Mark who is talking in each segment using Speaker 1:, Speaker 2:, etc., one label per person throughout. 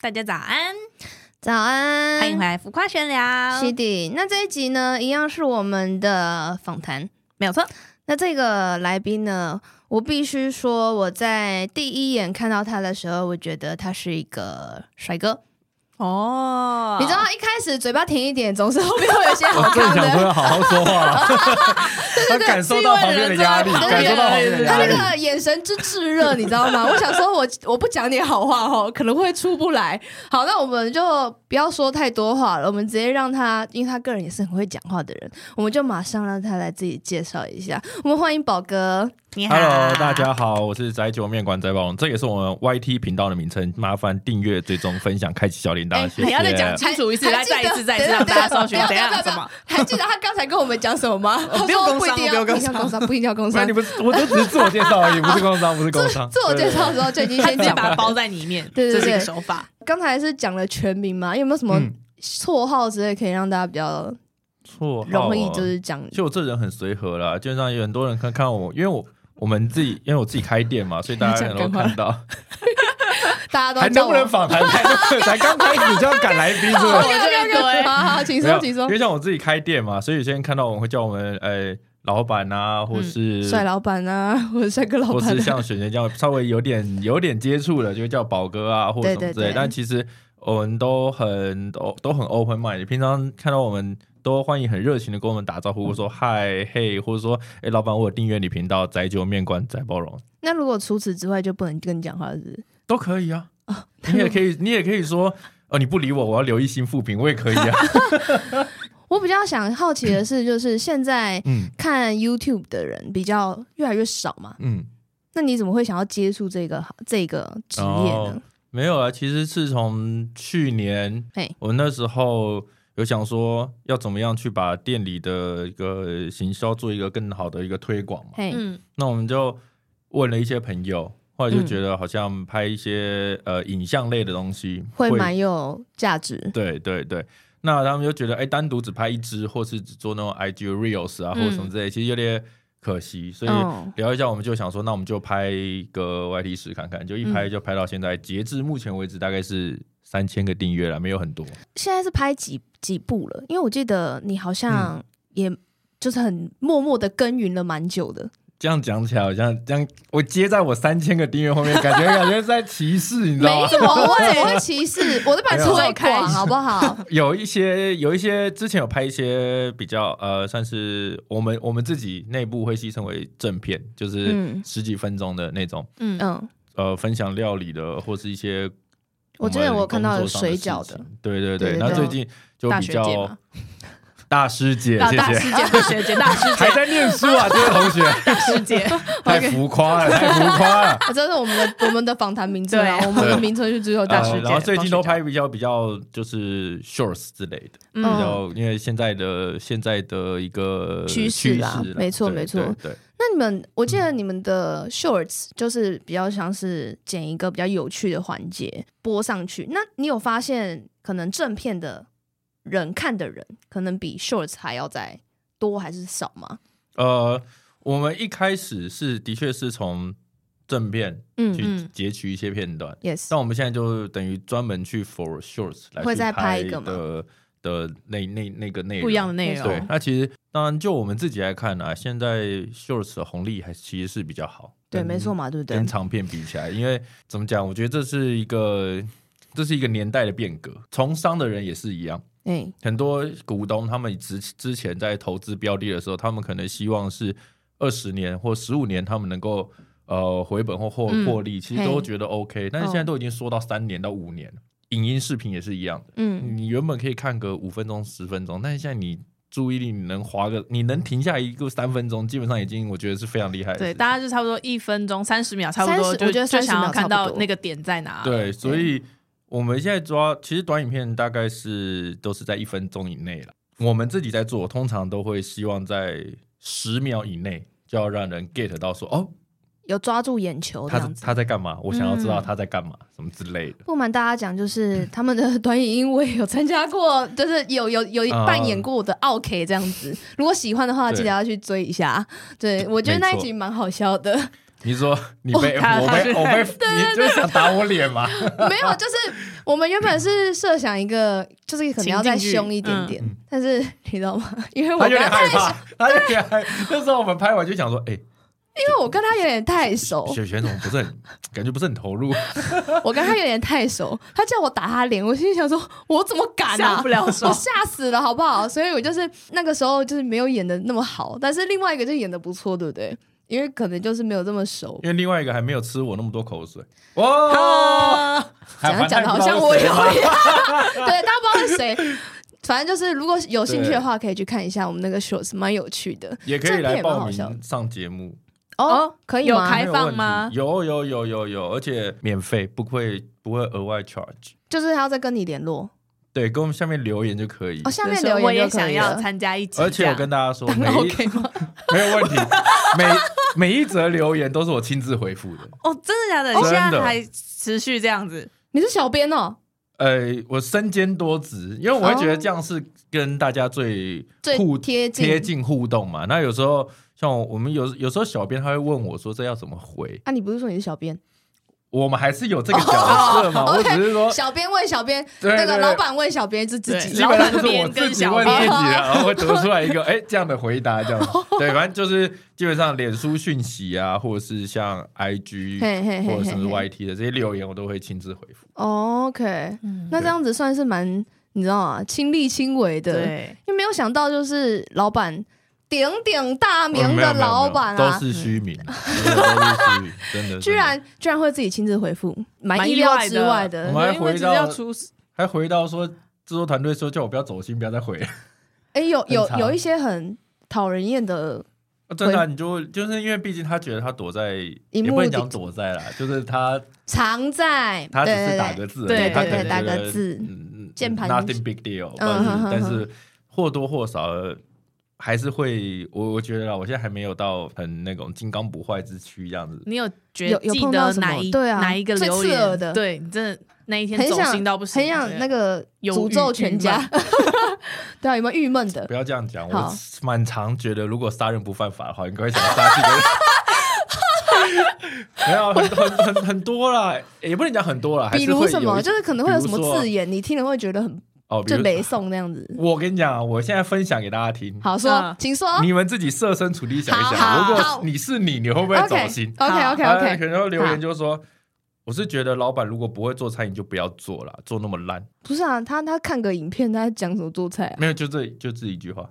Speaker 1: 大家早安，
Speaker 2: 早安，
Speaker 1: 欢迎回来浮夸闲聊。
Speaker 2: 西迪。那这一集呢，一样是我们的访谈。
Speaker 1: 没有错，
Speaker 2: 那这个来宾呢，我必须说，我在第一眼看到他的时候，我觉得他是一个帅哥。
Speaker 1: 哦
Speaker 2: 你知道，一开始嘴巴甜一点，总是后面会 有些好
Speaker 3: 我正
Speaker 2: 看
Speaker 3: 想说
Speaker 2: 的。
Speaker 3: 要好好说 话了，他感受到旁边的压力，
Speaker 2: 对对对
Speaker 3: 感受到旁啊边
Speaker 2: 他
Speaker 3: 的
Speaker 2: 那
Speaker 3: 压力。
Speaker 2: 个眼神之炙热，你知道吗？我想说我，我不讲点好话哦，可能会出不来。好，那我们就不要说太多话了，我们直接让他，因为他个人也是很会讲话的人，我们就马上让他来自己介绍一下。我们欢迎宝哥。
Speaker 1: 你好
Speaker 3: Hello，大家好，我是宅酒面馆宅宝龙，这也是我们 YT 频道的名称，麻烦订阅、追踪、分享、开启小铃
Speaker 2: 哎
Speaker 3: 铛，谢谢。
Speaker 1: 哎你要再讲清楚一次，
Speaker 2: 还
Speaker 1: 来
Speaker 2: 还记得
Speaker 1: 再一次，再一次
Speaker 2: 等一下
Speaker 1: 让大家搜寻
Speaker 2: 等一下
Speaker 1: 等一下
Speaker 2: 等一下
Speaker 1: 什么？
Speaker 2: 还记得他刚才跟我们讲什么 吗？
Speaker 3: 哦
Speaker 2: 他
Speaker 1: 不要
Speaker 2: 说
Speaker 3: 啊
Speaker 1: 工
Speaker 2: 不一
Speaker 1: 商
Speaker 2: 定
Speaker 1: 不
Speaker 2: 要
Speaker 1: 要工
Speaker 2: 不一定要工商，不一定要工
Speaker 3: 不然
Speaker 2: 商
Speaker 3: 哎你。不是，我都只是自我介绍而已，不是工商，不是工 商。
Speaker 2: 自我介绍的
Speaker 3: 对，
Speaker 2: 时候就已经
Speaker 1: 他
Speaker 2: 先
Speaker 1: 直接
Speaker 2: 讲
Speaker 1: 把它
Speaker 2: 了。
Speaker 1: 包在里面，
Speaker 2: 对对对
Speaker 1: 这是一个手法。
Speaker 2: 刚才是讲了全名嘛？有没有什么
Speaker 3: 嗯
Speaker 2: 绰号之类可以让大家比较
Speaker 3: 错，
Speaker 2: 容易就是讲？
Speaker 3: 其实我这人很随和啦，基本上有很多人看看我，因为我我们自己，因为我自己开店嘛，所以大家能够看到。
Speaker 2: 大家
Speaker 3: 还
Speaker 2: 都叫我
Speaker 3: 能不能 访谈？才才刚开始就要赶来宾，是不是？
Speaker 1: 这个对
Speaker 2: 好好，请
Speaker 3: 没有
Speaker 2: 说，请说
Speaker 3: 因。为像我自己开店嘛，所以有些人看到我们会叫我们呃老板啊，或是、
Speaker 2: 嗯帅老板啊， 或者帅哥老
Speaker 3: 或
Speaker 2: 板
Speaker 3: 是
Speaker 2: 啊，
Speaker 3: 像雪姐这样稍微有点 有点接触了，就会叫宝哥啊或什么之
Speaker 2: 对
Speaker 3: 类。
Speaker 2: 对对
Speaker 3: 但其实我们都很都都很 open mind，平常看到我们都欢迎很热情的跟我们打招呼，说
Speaker 2: 嗯
Speaker 3: 嗨嘿，或者说哎、老板，我有订阅你频道宅酒面馆宅包容
Speaker 2: 那如果除此之外就不能跟你讲话，是不是？
Speaker 3: 都可以啊。
Speaker 2: 哦
Speaker 3: 你也 可以，你也可以说哦，你不理我，我要留一星复评，我也可 以啊。
Speaker 2: 我比较想好奇的是，就是现在
Speaker 3: 嗯
Speaker 2: 看 YouTube 的人比较越来越少嘛，
Speaker 3: 嗯，
Speaker 2: 那你怎么会想要接触这个这个职业呢？
Speaker 3: 没有啊，其实是从去年
Speaker 2: 嘿，
Speaker 3: 我那时候有想说要怎么样去把店里的一个行销做一个更好的一个推广嘛，
Speaker 2: 嘿，
Speaker 1: 嗯，
Speaker 3: 那我们就问了一些朋友，后来就觉得好像拍一些、呃影像类的东西
Speaker 2: 嗯会蛮有价值。
Speaker 3: 对对对。那他们就觉得，哎，单独只拍一支，或是只做那种 IG reels 啊，或
Speaker 1: 嗯
Speaker 3: 者什么之类，其实有点可惜。所以
Speaker 2: 嗯
Speaker 3: 聊一下，我们就想说，那我们就拍一个 YT 十看看，就一
Speaker 2: 嗯
Speaker 3: 拍就拍到现在，截至目前为止大概是三千个订阅了，没有很多。
Speaker 2: 现在是拍几几部了？因为我记得你好
Speaker 3: 嗯
Speaker 2: 像也就是很默默的耕耘了蛮久的。
Speaker 3: 这样讲起来，好像这样，我接在我三千个订阅后面，感觉感觉是在歧视，你知道吗？
Speaker 2: 有，我怎么会歧视？我在把你推广，好不好？
Speaker 3: 有一些有一些之前有拍一些比较呃，算是我们我们自己内部会牺牲为正片，就是
Speaker 2: 嗯
Speaker 3: 十几分钟的那种、
Speaker 1: 嗯
Speaker 2: 嗯，
Speaker 3: 呃分享料理的，或是一些
Speaker 2: 我记得
Speaker 3: 们
Speaker 2: 我看到有
Speaker 3: 工作上
Speaker 2: 水饺
Speaker 3: 事
Speaker 2: 的
Speaker 3: 情，对对
Speaker 2: 对对
Speaker 3: 对。那
Speaker 2: 对
Speaker 3: 最近就
Speaker 1: 大
Speaker 3: 比
Speaker 1: 学姐
Speaker 3: 较
Speaker 1: 嘛，
Speaker 3: 大师姐，
Speaker 1: 大
Speaker 3: 谢
Speaker 1: 大
Speaker 3: 谢，
Speaker 1: 师姐、大学姐、大师
Speaker 3: 还在念书啊，这位同学
Speaker 1: 大师姐，
Speaker 3: 太浮夸了，太浮夸了。
Speaker 2: 啊这是我们的我们的访谈名称啊，
Speaker 1: 对
Speaker 2: 我们的名称就只有大
Speaker 1: 大
Speaker 2: 师
Speaker 1: 师
Speaker 3: 呃
Speaker 1: 姐
Speaker 3: 然后最近都
Speaker 1: 帮
Speaker 3: 拍比较比较就是 shorts 之类的，
Speaker 1: 嗯
Speaker 3: 比较因为现在的现在的一个
Speaker 2: 趋势
Speaker 3: 势
Speaker 2: 啦没错
Speaker 3: 对
Speaker 2: 没错
Speaker 3: 对对
Speaker 2: 那你们，我记得你们的 shorts 就是比较像是剪一个比较有趣的环节播上去。那你有发现，可能正片的人看的人，可能比 shorts 还要再多还是少吗？
Speaker 3: 呃，我们一开始是的确是从正片
Speaker 2: 嗯
Speaker 3: 去截取一些片段，
Speaker 2: ，yes，
Speaker 3: 但我们现在就等于专门去 for shorts 来
Speaker 2: 会
Speaker 3: 去
Speaker 2: 再拍
Speaker 3: 拍
Speaker 2: 一个吗
Speaker 3: 的的那那那个内容
Speaker 1: 不一样的内
Speaker 2: 容
Speaker 1: 容，
Speaker 3: 对，那其实当然就我们自己来看啊，现在 shorts 的红利还其实是比较好，
Speaker 2: 对，
Speaker 3: 跟
Speaker 2: 没错嘛，对不对
Speaker 3: 跟？嗯长片比起来，因为怎么讲？我觉得这是一个这是一个年代的变革，从商的人也是一样。
Speaker 2: 哎，
Speaker 3: 很多股东他们之之前在投资标的的时候，他们可能希望是二十年或十五年，他们能够呃回本或获
Speaker 1: 嗯
Speaker 3: 获利，其实
Speaker 2: 嘿
Speaker 3: 都觉得 OK。但是现在都已经缩到三年到五年了，影音视频也是一样的。
Speaker 2: 嗯，
Speaker 3: 你原本可以看个五分钟、十分钟，但是现在你注意力你能划个，你能停下一个三分钟，基本上已经我觉得是非常厉害的事情。
Speaker 1: 对，大家就差不多一分钟三十秒，差不多
Speaker 2: 30
Speaker 1: 就
Speaker 2: 我觉得
Speaker 1: 就
Speaker 2: 30
Speaker 1: 想
Speaker 2: 秒
Speaker 1: 要看
Speaker 2: 差不
Speaker 1: 到
Speaker 2: 多
Speaker 1: 那个点在哪。，
Speaker 2: 啊
Speaker 3: 对，所以我们现在抓，其实短影片大概是都是在一分钟以内了。我们自己在做，通常都会希望在十秒以内就要让人 get 到说，哦，
Speaker 2: 有抓住眼球这
Speaker 3: 他
Speaker 2: 样子。
Speaker 3: 他在干嘛？我想要知道
Speaker 1: 嗯
Speaker 3: 他在干嘛，什么之类的。
Speaker 2: 不瞒大家讲，就是他们的短影音我也有参加过，就是有有有
Speaker 3: 啊
Speaker 2: 扮演过我的 OK 这样 子。如果喜欢的话，
Speaker 3: 对
Speaker 2: 记得要去追一下。对，我觉得那一集蛮好笑的，
Speaker 3: 你说你被
Speaker 1: 他
Speaker 3: 我
Speaker 2: 哦
Speaker 1: 他是
Speaker 3: 被我被，你就是想打我脸吗？
Speaker 2: 没有，就是我们原本是设想一个，就是可能要再
Speaker 1: 情境剧
Speaker 2: 凶一点点，
Speaker 3: 嗯嗯
Speaker 2: 但是你知道吗？ 因为我
Speaker 3: 他有
Speaker 2: 跟
Speaker 3: 点
Speaker 2: 他，
Speaker 3: 害 怕，他有点害。那时候我们拍完就想说，哎，
Speaker 2: 因为我跟他有点太熟，
Speaker 3: 雪雪怎么不是很，感觉不是很投入？
Speaker 2: 我跟他有点太熟，他叫我打他脸，我心里想说，我怎么敢
Speaker 1: 下
Speaker 2: 啊
Speaker 1: 不？了
Speaker 2: 我
Speaker 1: 手。
Speaker 2: 吓死了，好不好？所以我就是那个时候就是没有演的那么好，但是另外一个就演的不错，对不对？因为可能就是没有这么 熟，
Speaker 3: 因为另外一个还没有吃我那么多口水。哦
Speaker 2: 哦
Speaker 3: 哇，
Speaker 1: 哦
Speaker 2: 讲讲的好像我有一样，对，大家不知道是谁。反正就是，如果有兴趣的话，可以去看一下我们那个 shorts，蛮有趣的。
Speaker 3: 也可以
Speaker 2: 这片
Speaker 3: 来报
Speaker 2: 也蛮好笑的
Speaker 3: 名上节目，
Speaker 2: 哦，可以
Speaker 1: 有
Speaker 2: 吗？
Speaker 1: 开放吗
Speaker 3: 没有问题有有有有有，而且免费，不会不会额外 charge。
Speaker 2: 就是他要再跟你联 络
Speaker 3: 对，跟我们下面留言就可以
Speaker 2: 哦。。下面
Speaker 1: 就说
Speaker 2: 留
Speaker 1: 我
Speaker 2: 言
Speaker 1: 也
Speaker 2: 就可
Speaker 1: 想
Speaker 2: 以
Speaker 1: 要
Speaker 2: 了。
Speaker 1: 参加一集这样，
Speaker 3: 而且我跟大 家说，每一
Speaker 2: OK 吗？
Speaker 3: 没有问题， 每每一则留言都是我亲自回复的。
Speaker 1: 哦，真的假的？
Speaker 3: 哦
Speaker 1: 你现在
Speaker 3: 真的
Speaker 1: 还持续这样子？
Speaker 2: 你是小编哦，
Speaker 3: 呃，我身兼多职，因为我会觉得这样是跟大家最
Speaker 2: 最
Speaker 3: 互
Speaker 2: 贴近
Speaker 3: 贴近互动嘛。那有时候像我们有有时候小编他会问我说这要怎么回，
Speaker 2: 啊，你不是说你是小编？
Speaker 3: 我们还是有这个角色嘛。
Speaker 2: 哦
Speaker 3: 我只是说，
Speaker 2: 小编问小编，
Speaker 3: 对对
Speaker 2: 那个
Speaker 3: 对
Speaker 2: 老板问小编是自己
Speaker 3: 基
Speaker 1: 对。
Speaker 3: 本上就是我自己问自己
Speaker 2: 老板
Speaker 3: 了，然后会得出来一个哎这样的回答，这样对，反正就是基本上脸书讯息啊，或者是像 IG
Speaker 2: 嘿嘿嘿
Speaker 3: 或者甚至
Speaker 2: 嘿嘿
Speaker 3: YT 的这些留言，我都会亲自回复。
Speaker 2: 哦 OK，
Speaker 1: 嗯，
Speaker 2: 那这样子算是蛮，你知道吗？亲力亲为的，
Speaker 1: 对，
Speaker 2: 因为没有想到就是老板鼎鼎大名
Speaker 3: 嗯没有
Speaker 2: 的
Speaker 3: 没有
Speaker 2: 老板
Speaker 3: 没有
Speaker 2: 啊
Speaker 3: 都，是虚名，真的都是虚名，真的。 嗯
Speaker 2: 居然居然会自己亲自回复，蛮
Speaker 1: 蛮
Speaker 2: 意
Speaker 1: 意
Speaker 2: 料
Speaker 1: 外
Speaker 2: 之
Speaker 1: 的
Speaker 2: 外
Speaker 3: 我
Speaker 2: 的
Speaker 3: 们。还
Speaker 1: 因为
Speaker 3: 回
Speaker 1: 只
Speaker 3: 到
Speaker 1: 要出
Speaker 3: 还回到说制作团队说叫我不要走心，不要再回。
Speaker 2: 哎，有有
Speaker 3: 很长
Speaker 2: 有一些很讨人厌的，
Speaker 3: 真的啊、你就就是因为毕竟他觉得他躲在，也
Speaker 2: 幕
Speaker 3: 不能讲躲在啦，就是他
Speaker 2: 常在，
Speaker 3: 他只
Speaker 2: 对
Speaker 3: 是
Speaker 2: 对
Speaker 3: 打
Speaker 2: 对，
Speaker 3: 个字而已，
Speaker 1: 对对
Speaker 3: 他可能
Speaker 1: 对
Speaker 2: 打
Speaker 3: 觉得
Speaker 2: 个字
Speaker 3: 嗯
Speaker 2: 键盘
Speaker 3: ，nothing big deal，
Speaker 2: 嗯哼哼
Speaker 3: 但是但是或多或少还是会，我我觉得啦，我现在还没有到很那种金刚不坏之躯这样
Speaker 2: 嗯
Speaker 3: 子，
Speaker 1: 你有觉
Speaker 2: 有有
Speaker 1: 记
Speaker 2: 碰到
Speaker 1: 得
Speaker 2: 什么
Speaker 1: 哪一
Speaker 2: 对啊
Speaker 1: 哪一个
Speaker 2: 最
Speaker 1: 留
Speaker 2: 刺
Speaker 1: 言
Speaker 2: 耳的
Speaker 1: 对你真的那一天
Speaker 2: 很
Speaker 1: 走
Speaker 2: 想
Speaker 1: 心到不行，
Speaker 2: 很想那
Speaker 1: 个
Speaker 2: 个
Speaker 1: 忧
Speaker 2: 诅
Speaker 1: 郁
Speaker 2: 咒全
Speaker 1: 郁
Speaker 2: 家
Speaker 1: 闷。
Speaker 2: 对啊，有没有郁闷的
Speaker 3: 不？要这样讲，
Speaker 2: 好
Speaker 3: 我蛮常觉得，如果杀人不犯法的话，应该会想要杀几个人。 没有，很很很很多啦，也不能讲很多啦，还
Speaker 2: 比
Speaker 3: 是会
Speaker 2: 如
Speaker 3: 有
Speaker 2: 什么，
Speaker 3: 一
Speaker 2: 就是可能会有什么
Speaker 3: 比如说
Speaker 2: 字眼，你听了会觉得很
Speaker 3: 哦，比
Speaker 2: 就
Speaker 3: 如
Speaker 2: 北宋那样子。
Speaker 3: 我跟你讲啊，我现在分享给大家听，
Speaker 2: 好说
Speaker 1: 嗯，
Speaker 2: 请说。
Speaker 3: 你们自己设身处地想一
Speaker 1: 好
Speaker 3: 想，
Speaker 1: 好
Speaker 3: 如果
Speaker 2: 好
Speaker 3: 你是你，你会不会走
Speaker 2: OK
Speaker 3: 心？
Speaker 2: OK
Speaker 1: 好
Speaker 2: OK
Speaker 3: 啊
Speaker 2: OK，
Speaker 3: 可能会留言就说，我是觉得老板如果不会做餐饮，就不要做了，做那么烂，
Speaker 2: 不是啊，他他看个影片，他讲什么做菜啊？
Speaker 3: 没有就这就这一句话，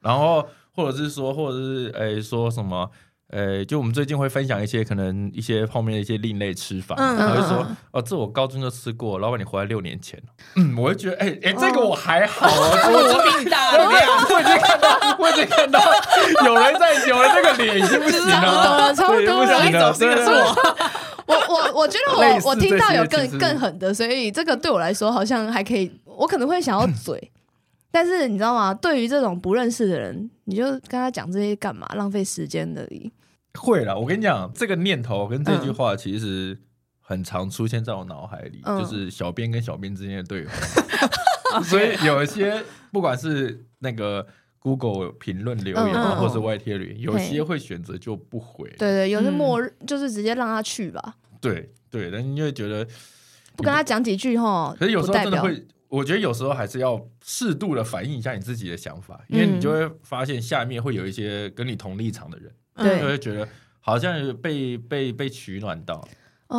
Speaker 3: 然后或者是说，或者是诶说什么。呃，就我们最近会分享一些可能一些后面的一些另类吃法，
Speaker 1: 嗯
Speaker 3: 然后就说
Speaker 2: 嗯
Speaker 3: 哦，这我高中就吃过，老板你活在六年前了，嗯，我会觉得哎哎，这个
Speaker 2: 哦
Speaker 3: 我还好啊，这个我
Speaker 1: 我比你大，
Speaker 3: 我已经看到，我已经看到有人在，有人这个脸已经不行了，
Speaker 2: 差不多了差不
Speaker 3: 对
Speaker 2: 多了
Speaker 3: 不行了，
Speaker 1: 这个是
Speaker 3: 我，
Speaker 2: 我我我觉得
Speaker 3: 类
Speaker 2: 我
Speaker 3: 似
Speaker 2: 我听到有
Speaker 3: 这些
Speaker 2: 更
Speaker 3: 其实
Speaker 2: 更狠的，所以这个对我来说好像还可以，我可能会想要嘴。但是你知道吗？对于这种不认识的人，你就跟他讲这些干嘛？浪费时间而已。
Speaker 3: 会了。我跟你讲，这个念头跟这句话其实很常出现在我脑海里，
Speaker 2: 嗯
Speaker 3: 就是小编跟小编之间的对话。 所以有一些，不管是那个 Google 评论留言啊，
Speaker 2: 嗯嗯嗯
Speaker 3: 或是 YT 留言，有些会选择就不回。
Speaker 2: 对对，有些默认、
Speaker 1: 嗯
Speaker 2: 就是直接让他去吧，
Speaker 3: 对对，但你就会觉得，
Speaker 2: 不跟他讲几句哈。
Speaker 3: 可是有时
Speaker 2: 不
Speaker 3: 候
Speaker 2: 代
Speaker 3: 真的
Speaker 2: 表
Speaker 3: 会，我觉得有时候还是要适度的反映一下你自己的想法，因为
Speaker 2: 嗯
Speaker 3: 你就会发现下面会有一些跟你同立场的人，
Speaker 2: 对
Speaker 3: 就会觉得好像有被被被取暖到。
Speaker 2: 哦，
Speaker 3: 啊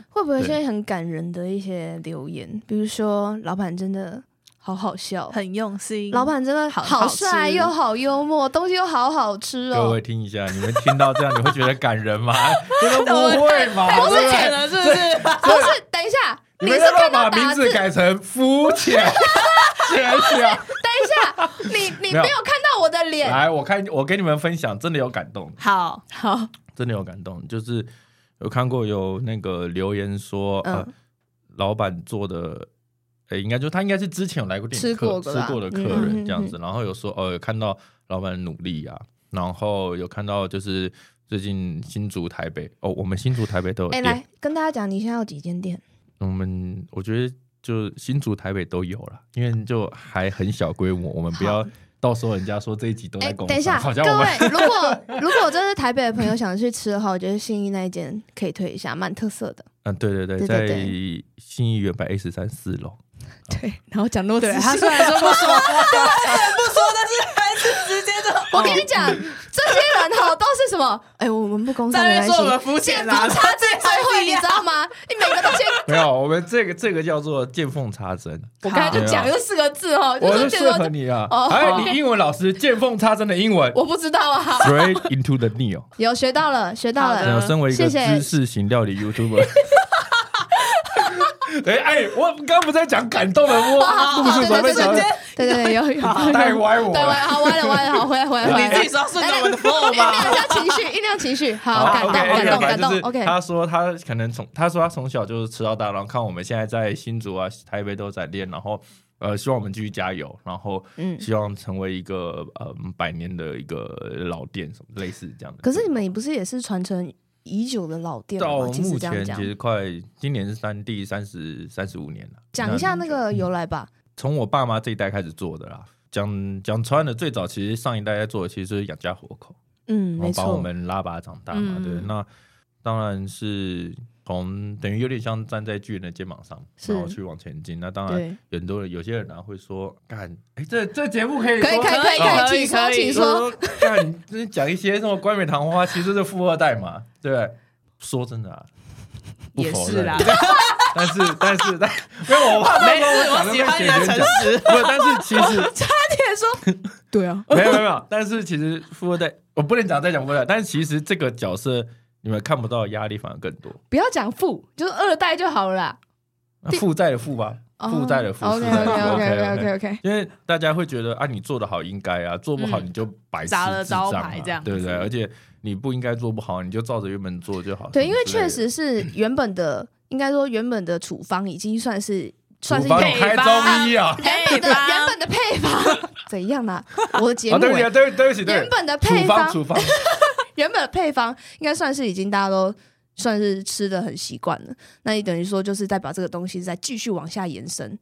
Speaker 1: 哦，
Speaker 2: 会不会有一些
Speaker 3: 对
Speaker 2: 很感人的一些留言？比如说，老板真的好好笑，
Speaker 1: 很用心，
Speaker 2: 老板真的好
Speaker 1: 好吃
Speaker 2: 帅又好幽默，东西又好好吃
Speaker 3: 各
Speaker 2: 哦
Speaker 3: 位。听一下，你们听到这样，你会觉得感 人吗？觉得不会嘛？
Speaker 1: 不
Speaker 3: 对
Speaker 1: 是
Speaker 3: 不
Speaker 1: 钱
Speaker 3: 对？
Speaker 1: 了是不是？
Speaker 2: 不是，等一下，啊
Speaker 3: 你
Speaker 2: 你
Speaker 3: 们
Speaker 2: 是
Speaker 3: 要不要
Speaker 2: 看
Speaker 3: 把
Speaker 2: 到
Speaker 3: 名
Speaker 2: 打字？
Speaker 3: 字
Speaker 2: 等
Speaker 3: 改成肤浅？ 浅小，
Speaker 2: 一下，你你
Speaker 3: 没有
Speaker 2: 没有看到我的脸。哎
Speaker 3: 来，我看我跟你们分享，真的有感动，
Speaker 1: 好，
Speaker 2: 好，
Speaker 3: 真的有感动，就是有看过有那个留言说，呃
Speaker 2: 嗯，
Speaker 3: 老板做的，呃，应该就他应该是之前有来过店里
Speaker 2: 吃过
Speaker 3: 客
Speaker 2: 的
Speaker 3: 吃
Speaker 2: 啦
Speaker 3: 过的客
Speaker 2: 嗯
Speaker 3: 人这样子，然后有说哦，有看到老板的努力啊，然后有看到就是最近新竹、台北哦，我们新竹、台北都有
Speaker 2: 哎，
Speaker 3: 店，
Speaker 2: 来跟大家讲，你现在有几间店？
Speaker 3: 我们我觉得就新竹、台北都有了，因为就还很小规模，我们不要到时候人家说这一集都在
Speaker 2: 哎，
Speaker 3: 工
Speaker 2: 等一下，
Speaker 3: 商好像我
Speaker 2: 各
Speaker 3: 们
Speaker 2: 位，如果如果真是台北的朋友想去吃的话，我觉得信义那一间可以推一下，蛮特色的。
Speaker 3: 嗯，对对对，
Speaker 2: 对
Speaker 3: 在
Speaker 2: 对
Speaker 3: 信义原百 A 十三四楼。
Speaker 2: 对，然后讲那么仔
Speaker 1: 对他
Speaker 2: 细
Speaker 1: 虽然说不说，他虽然不说，但是还是直接的。
Speaker 2: 我跟你讲，这些人哈都是什么？哎，我们不公
Speaker 1: 在
Speaker 2: 开
Speaker 1: 那
Speaker 2: 没
Speaker 1: 边
Speaker 2: 关
Speaker 1: 说我们
Speaker 2: 系。
Speaker 1: 肤
Speaker 2: 见
Speaker 1: 浅
Speaker 2: 缝
Speaker 1: 啊，
Speaker 2: 插针最会，你知道吗？你每个都先，
Speaker 3: 没有，我们这个这个叫做见缝 插针。
Speaker 2: 我刚才就讲这四个字哈，就
Speaker 3: 我
Speaker 2: 是
Speaker 3: 是
Speaker 2: 见
Speaker 3: 适合
Speaker 2: 缝，
Speaker 3: 你啊
Speaker 2: 哦！
Speaker 3: 哎，你英文老师见缝插针的英文
Speaker 2: 我不知道 啊。
Speaker 3: ，straight into the knee
Speaker 2: 有学到了，学到
Speaker 1: 好
Speaker 3: 哦。
Speaker 1: 的
Speaker 2: 了。
Speaker 3: 身为一
Speaker 2: 谢
Speaker 3: 个
Speaker 2: 谢
Speaker 3: 知识型料理 YouTuber。哎 哎，我刚不在讲感动的
Speaker 2: 好
Speaker 3: 我故
Speaker 2: 好
Speaker 3: 事，怎么被
Speaker 2: 对对
Speaker 3: 讲
Speaker 2: 对对对对，有有。
Speaker 3: 带歪我啊
Speaker 2: 对，
Speaker 3: 了？
Speaker 2: 歪好歪了 歪了，好回来回来回来。哎
Speaker 1: 你自己说顺着我们的 flow
Speaker 2: 酝
Speaker 1: 吧。
Speaker 2: 酿一下情绪，酝酿情 绪，好，啊感动，
Speaker 3: OK，OK，
Speaker 2: 感动，
Speaker 3: 反
Speaker 2: 感
Speaker 3: 正就
Speaker 2: 动
Speaker 3: 是
Speaker 2: ，OK。
Speaker 3: 他说他可能从他说他从小就是吃到大，然后看我们现在在新竹啊、台北都在练，然后呃希望我们继续加油，然后
Speaker 2: 嗯
Speaker 3: 希望成为一个呃百年的一个呃老店什么类似这样的。
Speaker 2: 可是你们也不是也是传承已久的老店
Speaker 3: 到
Speaker 2: 吗？其
Speaker 3: 哦目
Speaker 2: 实这样
Speaker 3: 前
Speaker 2: 讲
Speaker 3: 其，实快今年是三第三十三十五年了。
Speaker 2: 讲一下那个由来吧。
Speaker 3: 从我爸妈这一代开始做的啦。讲讲穿的最早，其实上一代在做的其实就是养家活口，
Speaker 2: 嗯，
Speaker 3: 然后
Speaker 2: 没
Speaker 3: 把我
Speaker 2: 错，
Speaker 3: 们拉拔长大嘛。
Speaker 1: 嗯
Speaker 3: 对，那当然是从等于有点像站在巨人的肩膀上，
Speaker 2: 是
Speaker 3: 然后去往前进。那当然，
Speaker 2: 对，
Speaker 3: 很多人有些人呢、会说，干，哎，这这节目可以
Speaker 2: 可以
Speaker 3: 说
Speaker 2: 可以可以
Speaker 3: 可以
Speaker 2: 可以，请说，
Speaker 1: 可以呃
Speaker 2: 请 说。，
Speaker 3: 干，就是讲一些什么冠冕堂皇话，啊其实是富二代嘛，对不对？说真的啊，不
Speaker 1: 也
Speaker 3: 否
Speaker 1: 是
Speaker 3: 认
Speaker 1: 啦
Speaker 3: 但是但是但没有，我怕到
Speaker 1: 没
Speaker 3: 时候
Speaker 1: 事，
Speaker 3: 讲
Speaker 1: 我
Speaker 3: 的
Speaker 1: 喜
Speaker 3: 被
Speaker 1: 欢
Speaker 3: 解
Speaker 1: 你的
Speaker 3: 决
Speaker 1: 诚
Speaker 3: 讲。
Speaker 1: 实。
Speaker 3: 不，但是其实
Speaker 2: 对啊，
Speaker 3: 没有没有没有，但是其实富二代，我不能讲再讲富二代，但是其实这个角色你们看不到的压力反而更多，
Speaker 2: 不要讲富，就是二代就好了啦。哦
Speaker 3: 那负债的负吧，负债的负，负
Speaker 2: OK
Speaker 3: 债
Speaker 2: OK
Speaker 3: 的负
Speaker 2: OK OK OK。
Speaker 3: 因为大家会觉得啊，你做的好应该啊，做不好
Speaker 1: 嗯
Speaker 3: 你就白痴
Speaker 1: 砸了
Speaker 3: 智障
Speaker 1: 招
Speaker 3: 啊
Speaker 1: 牌这样子
Speaker 3: 对不对？而且你不应该做不好，你就照着原本做就好。
Speaker 2: 对，
Speaker 3: 什
Speaker 2: 因
Speaker 3: 么
Speaker 2: 为
Speaker 3: 之类
Speaker 2: 确
Speaker 3: 的
Speaker 2: 实是原本 的，应该说原本的处方已经算是算
Speaker 3: 厨
Speaker 2: 是
Speaker 3: 房
Speaker 2: 原
Speaker 3: 有开中医啊，
Speaker 1: 原
Speaker 2: 本的原本的配方怎样啦？我的节
Speaker 3: 啊，
Speaker 2: 目
Speaker 3: 对不起啊，
Speaker 2: 欸
Speaker 3: 对对不起，对
Speaker 2: 原本的
Speaker 3: 处
Speaker 2: 配
Speaker 3: 方
Speaker 2: 方
Speaker 3: 处方，
Speaker 2: 原本的配方应该算是已经大家都算是吃的很习惯了。那你等于说就是再把这个东西再继续往下延伸。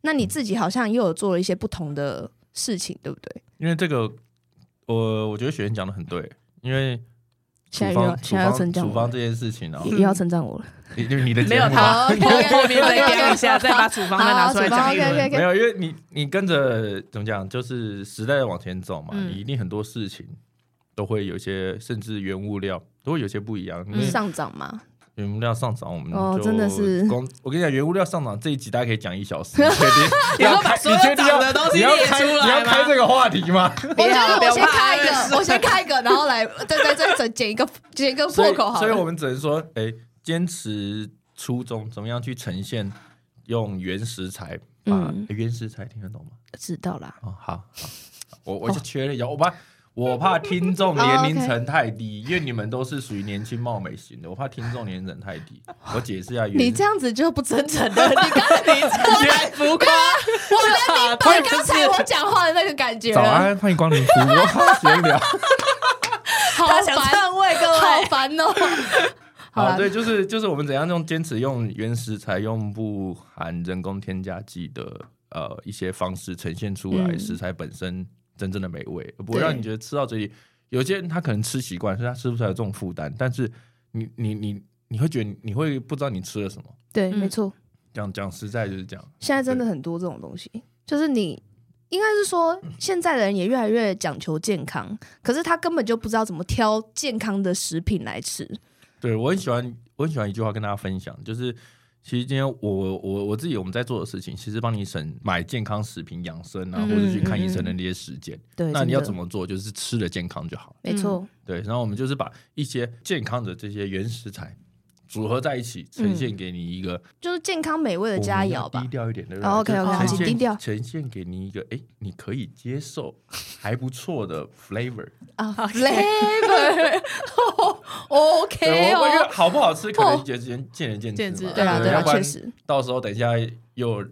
Speaker 2: 那你自己好像又有做了一些不同的事情，对不对？
Speaker 3: 因为这个，我我觉得雪人讲的很对，因为处
Speaker 2: 现在又要
Speaker 3: 方处
Speaker 2: 现在要
Speaker 3: 方
Speaker 2: 称赞
Speaker 3: 处
Speaker 2: 我
Speaker 3: 方
Speaker 2: 了，
Speaker 3: 这件事情 啊，
Speaker 2: 又要称赞我了。
Speaker 3: 你你你的
Speaker 1: 没
Speaker 3: 节
Speaker 1: 有
Speaker 3: 目啊，
Speaker 1: 他，
Speaker 2: 好
Speaker 1: 后后面再标一下，再把处方再拿出来讲一
Speaker 2: 好处方
Speaker 1: 轮。
Speaker 2: OK，OK
Speaker 3: 没有，因为你你跟着怎么讲，就是时代往前走嘛，
Speaker 1: 嗯
Speaker 3: 你一定很多事情都会有一些，甚至原物料都会有些不一样，因为
Speaker 1: 嗯
Speaker 2: 上涨嘛，
Speaker 3: 原物料上涨，我们
Speaker 2: 哦
Speaker 3: 就
Speaker 2: 真的是
Speaker 3: 光我跟你讲，原物料上涨这一集大家可以讲一 小时，你确定？
Speaker 1: 你说把
Speaker 3: 开
Speaker 1: 所有
Speaker 3: 你确定要
Speaker 1: 涨的东西
Speaker 3: 你要
Speaker 1: 列
Speaker 3: 开
Speaker 1: 出来
Speaker 3: 你要开
Speaker 1: 吗
Speaker 3: 这个话题 吗？
Speaker 2: 我
Speaker 1: 别
Speaker 2: 觉
Speaker 1: 啊
Speaker 2: 得
Speaker 1: 不
Speaker 2: 我
Speaker 1: 要
Speaker 2: 先
Speaker 1: 怕
Speaker 2: 开一
Speaker 1: 没事
Speaker 2: 个，我先开一个，然后来，对对对，整剪一个剪一个
Speaker 3: 所
Speaker 2: 破
Speaker 3: 以
Speaker 2: 口好
Speaker 3: 所以我
Speaker 2: 了。
Speaker 3: 们只能说，哎，坚持初衷，怎么样去呈现用原食材？把哎
Speaker 2: 嗯
Speaker 3: 原食材听得懂吗？
Speaker 2: 知道啦，
Speaker 3: 哦，好，好我
Speaker 2: 哦
Speaker 3: 我就缺了一下，我怕我怕听众年龄层 太低，因为你们都是属于年轻貌美型的，我怕听众年龄层太低。我解释一下原
Speaker 2: 哦你
Speaker 3: 因
Speaker 2: 这。样子就不真诚了。你刚才你
Speaker 1: 太浮夸，
Speaker 2: 我能明白
Speaker 1: 不是
Speaker 2: 刚才我讲话的那个感觉啊
Speaker 3: 早
Speaker 2: 了，
Speaker 3: 安，欢迎光临服 务闲聊。
Speaker 2: 好
Speaker 1: 他想
Speaker 2: 烦，
Speaker 1: 篡位各
Speaker 2: 好
Speaker 1: 位。
Speaker 2: 烦哦。好
Speaker 3: 好，
Speaker 2: 了，
Speaker 3: 对，就是就是我们怎样用坚持用原食材，用不含人工添加剂的呃一些方式呈现出来
Speaker 2: 嗯
Speaker 3: 食材本身真正的美味，不会
Speaker 2: 对
Speaker 3: 让你觉得吃到嘴里。有些人他可能吃习惯，所以他吃不出来有这种负担，但是你你你你会觉得你会不知道你吃了什么。
Speaker 2: 对，
Speaker 1: 嗯
Speaker 2: 没错，
Speaker 3: 讲讲实在就是这样，
Speaker 2: 现在真的很多这种东西，就是你应该是说，现在的人也越来越讲求健康，可是他根本就不知道怎么挑健康的食品来吃。
Speaker 3: 对我很喜欢，我很喜欢一句话跟大家分享，就是其实今天我我我自己我们在做的事情，其实帮你省买健康食品养生啊，
Speaker 1: 嗯
Speaker 3: 或者去看医生的那些时间。
Speaker 2: 对，嗯
Speaker 3: 那你要怎
Speaker 2: 么？
Speaker 3: 么做？就是吃的健康就好。
Speaker 2: 没错，
Speaker 3: 对，然后我们就是把一些健康的这些原食材组合在一起，呈现给你一个、
Speaker 2: 就是健康美嗯味的佳肴
Speaker 3: 我们要
Speaker 2: 吧
Speaker 3: 低。调一点的。
Speaker 2: 哦，OK，OK，
Speaker 1: 好
Speaker 3: 呈现
Speaker 2: 低调
Speaker 3: 呈现给你一个哎，你可以接受还不错的 flavor。
Speaker 2: 啊，flavor 哦，OK
Speaker 3: 对我我觉得
Speaker 2: 哦，
Speaker 3: 好不好吃，可能也见见仁见智
Speaker 1: 见
Speaker 3: 嘛。
Speaker 1: 智
Speaker 2: 对啊，对啊，
Speaker 3: 要不然
Speaker 2: 确实，
Speaker 3: 到时候等一下又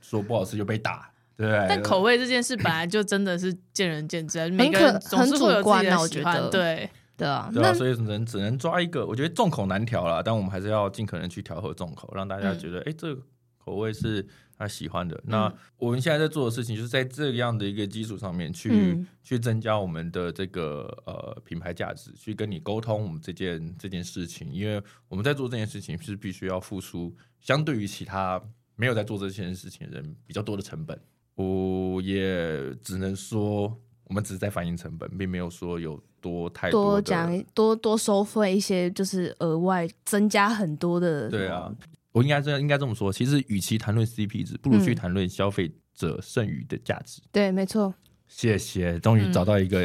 Speaker 3: 说不好吃就被打，对
Speaker 2: 哎
Speaker 3: 不对？
Speaker 1: 但口味这件事本来就真的是见仁见智，啊每个人总是会有
Speaker 2: 啊
Speaker 1: 自己的喜欢。对，
Speaker 2: 对啊，
Speaker 3: 对啊，
Speaker 2: 那
Speaker 3: 所以只能只
Speaker 2: 嗯
Speaker 3: 能抓一个，我觉得众口难调啦，但我们还是要尽可能去调和众口，让大家觉得哎、诶这个口味是他喜欢的。那我们现在在做的事情，就是在这样的一个基础上面去、
Speaker 2: 嗯
Speaker 3: 去增加我们的这个呃品牌价值，去跟你沟通我们这件这件事情，因为我们在做这件事情是必须要付出相对于其他没有在做这件事情的人比较多的成本。我也只能说，我们只是在反映成本，并没有说有多太
Speaker 2: 多
Speaker 3: 的
Speaker 2: 讲多多收费一些，就是额外增加很多的。哦
Speaker 3: 对啊，，我应该这样应该这么说。其实，与其谈论 CP 值，不如去
Speaker 2: 嗯
Speaker 3: 谈论消费者剩余的价值。
Speaker 2: 对，没错。
Speaker 3: 谢谢，终于
Speaker 2: 嗯
Speaker 3: 找到一个、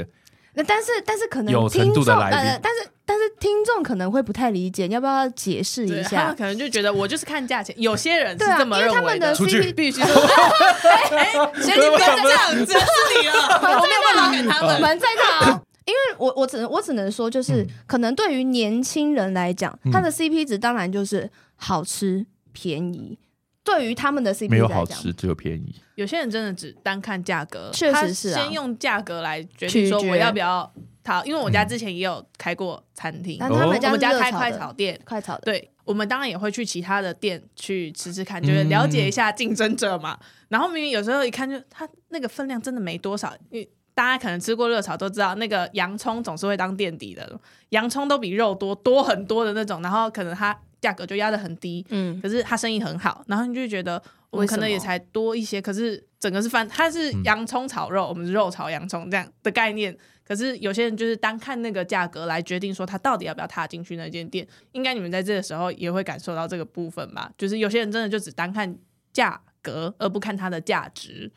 Speaker 2: 那但是但是可能
Speaker 3: 有
Speaker 2: 听
Speaker 3: 程度
Speaker 2: 众
Speaker 3: 的来
Speaker 2: 呃，
Speaker 3: 宾
Speaker 2: 但是但是听众可能会不太理解，你要不要解释
Speaker 1: 对
Speaker 2: 一
Speaker 1: 他们
Speaker 2: 下？
Speaker 1: 可能就觉得我就是看价钱，有些人是
Speaker 2: 对啊，
Speaker 1: 这
Speaker 2: 因
Speaker 1: 么
Speaker 2: 为
Speaker 1: 认
Speaker 2: 他
Speaker 1: 为
Speaker 2: 们的
Speaker 3: 出去
Speaker 2: CP
Speaker 1: 必须 是。哎，学弟不要这样，子，是你 了，我没有办法给他
Speaker 2: 我
Speaker 1: 们。
Speaker 2: 们在哪？因为我我只能我只能说，就是、
Speaker 3: 嗯
Speaker 2: 可能对于年轻人来讲，
Speaker 3: 嗯
Speaker 2: 他的 CP 值当然就是好吃便宜。对于他们的 CP 值
Speaker 3: 没有
Speaker 2: 来
Speaker 3: 好
Speaker 2: 讲，
Speaker 3: 吃，只有便宜。
Speaker 1: 有些人真的只单看价格，
Speaker 2: 确实
Speaker 1: 他
Speaker 2: 是啊
Speaker 1: 先用价格来决
Speaker 2: 取
Speaker 1: 定说
Speaker 2: 决
Speaker 1: 我要不要他，因为我家之前也有开过餐厅，
Speaker 2: 但
Speaker 1: 我
Speaker 2: 他们
Speaker 3: 哦
Speaker 2: 家
Speaker 1: 们
Speaker 2: 是
Speaker 1: 家
Speaker 2: 热
Speaker 1: 开
Speaker 2: 炒
Speaker 1: 快
Speaker 2: 的
Speaker 1: 炒店，
Speaker 2: 快炒的，
Speaker 1: 对，我们当然也会去其他的店去吃吃看，就是了解一下竞争者嘛。然后明明有时候一看就它那个分量真的没多少，因为大家可能吃过热炒都知道，那个洋葱总是会当垫底的，洋葱都比肉多多很多的那种，然后可能它价格就压得很低，
Speaker 2: 嗯，
Speaker 1: 可是它生意很好，然后你就觉得我
Speaker 2: 为
Speaker 1: 们可
Speaker 2: 什
Speaker 1: 能也
Speaker 2: 么
Speaker 1: 才多一些，可是整个是翻，它是
Speaker 3: 嗯
Speaker 1: 洋葱炒肉，我们是肉炒洋葱这样的概念。可是有些人就是单看那个价格来决定说他到底要不要踏进去那间店，应该你们在这个时候也会感受到这个部分吧？就是有些人真的就只单看价格，而不看它的价值。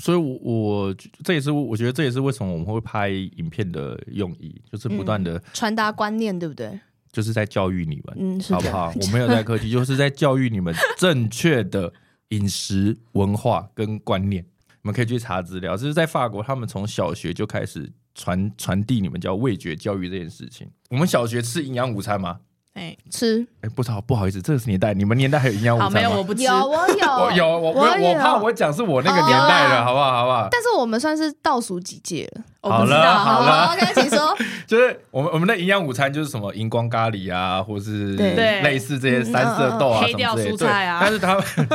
Speaker 3: 所以我，我这也是我觉得这也是为什么我们会拍影片的用意，就是
Speaker 2: 嗯
Speaker 3: 不断的、
Speaker 2: 传达观念对不对？
Speaker 3: 就是在教育你们，
Speaker 2: 嗯，是
Speaker 3: 好不
Speaker 2: 的，
Speaker 3: 好？我没有在客气，就是在教育你们正确的饮食文化跟观念。你们可以去查资料，就是在法国，他们从小学就开始传传递你们叫味觉教育这件事情。我们小学吃营养午餐吗？
Speaker 1: 哎、
Speaker 2: 吃
Speaker 3: 哎、不好不好意思，这个是年代，你们年代还有营养午
Speaker 1: 好，
Speaker 3: 餐吗？
Speaker 1: 没有我不吃，
Speaker 2: 有我有
Speaker 3: 我有，我
Speaker 2: 我
Speaker 3: 我我
Speaker 2: 有
Speaker 3: 怕我讲是我那个年代
Speaker 2: 哦有
Speaker 3: 了，
Speaker 2: 啊
Speaker 3: 好不好？好不好？
Speaker 2: 但是我们算是倒数几届了。
Speaker 1: 我不知
Speaker 3: 好
Speaker 1: 道。
Speaker 3: 了好了
Speaker 2: ，OK，请说。
Speaker 3: 就是我们我们的营养午餐就是什么荧光咖喱啊，或是
Speaker 2: 对
Speaker 1: 对
Speaker 3: 类似这些三色豆
Speaker 1: 嗯嗯
Speaker 3: 啊
Speaker 1: 嗯
Speaker 3: 什么之类
Speaker 1: 黑掉
Speaker 3: 的。
Speaker 1: 蔬菜啊
Speaker 3: 对但是他们。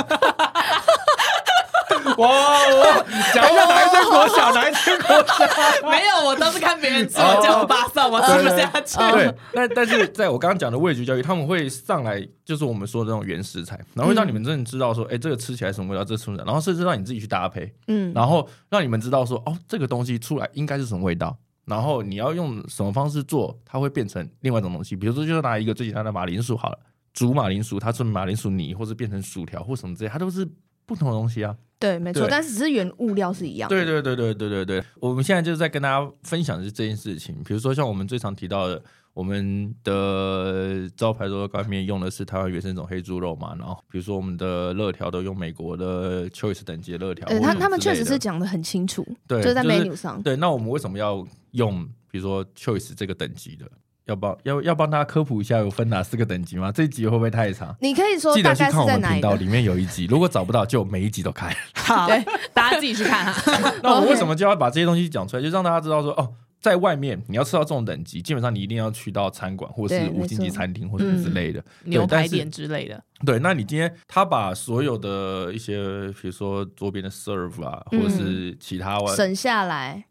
Speaker 3: 哇！我讲到哪一只国小，哪一只国
Speaker 1: 没有，我都是看别 人吃，我叫我巴上，我吃不下去。
Speaker 3: 哦对，但但是在我刚刚讲的味觉教育，他们会上来就是我们说的那种原食材，然后会让你们真的知道说，哎、这个吃起来什么味道，这个吃起来，然后甚至让你自己去搭配，
Speaker 2: 嗯，
Speaker 3: 然后让你们知道说，哦，这个东西出来应该是什么味道，然后你要用什么方式做，它会变成另外一种东西。比如说，就拿一个最简单的马铃薯好了，煮马铃薯，它是马铃薯泥，或是变成薯条或什么之类，它都是不同的东西啊。
Speaker 2: 对，没错，
Speaker 3: 对
Speaker 2: 但是只是原物料是一样的。
Speaker 3: 对对对对对对对，我们现在就是在跟大家分享的是这件事情。比如说，像我们最常提到的，我们的招牌肉干面用的是台湾原生种黑猪肉嘛，然后比如说我们的热条都用美国的 Choice 等级的热条或
Speaker 2: 呃，
Speaker 3: 什么之
Speaker 2: 他
Speaker 3: 类的，
Speaker 2: 他们确实是讲的很清楚，
Speaker 3: 对，
Speaker 2: 就是在
Speaker 3: 是
Speaker 2: menu 上。
Speaker 3: 对，那我们为什么要用比如说 choice 这个等级的？要帮要要帮大家科普一下，有分哪四个等级吗？这一集会不会太长？
Speaker 2: 你可以说
Speaker 3: 记
Speaker 2: 大
Speaker 3: 得去
Speaker 2: 概
Speaker 3: 看
Speaker 2: 是
Speaker 3: 我
Speaker 2: 在
Speaker 3: 们
Speaker 2: 哪
Speaker 3: 频
Speaker 2: 一
Speaker 3: 道，
Speaker 2: 个？
Speaker 3: 里面有一集，如果找不到，就每一集都 看。
Speaker 1: 好，大家自己去 看啊哈。
Speaker 3: 那我
Speaker 2: OK
Speaker 3: 为什么就要把这些东西讲出来，就让大家知道说，哦，在外面你要吃到这种等级，基本上你一定要去到餐馆或
Speaker 2: 对
Speaker 3: 是
Speaker 2: 没
Speaker 3: 五星级
Speaker 2: 错嗯
Speaker 3: 餐厅或者之类的。
Speaker 1: 牛
Speaker 3: 但
Speaker 1: 排
Speaker 3: 是
Speaker 1: 店之类的，
Speaker 3: 对，那你今天他把所有的一些，比如说桌边的 serve 啊，或者是其他外
Speaker 2: 省下来，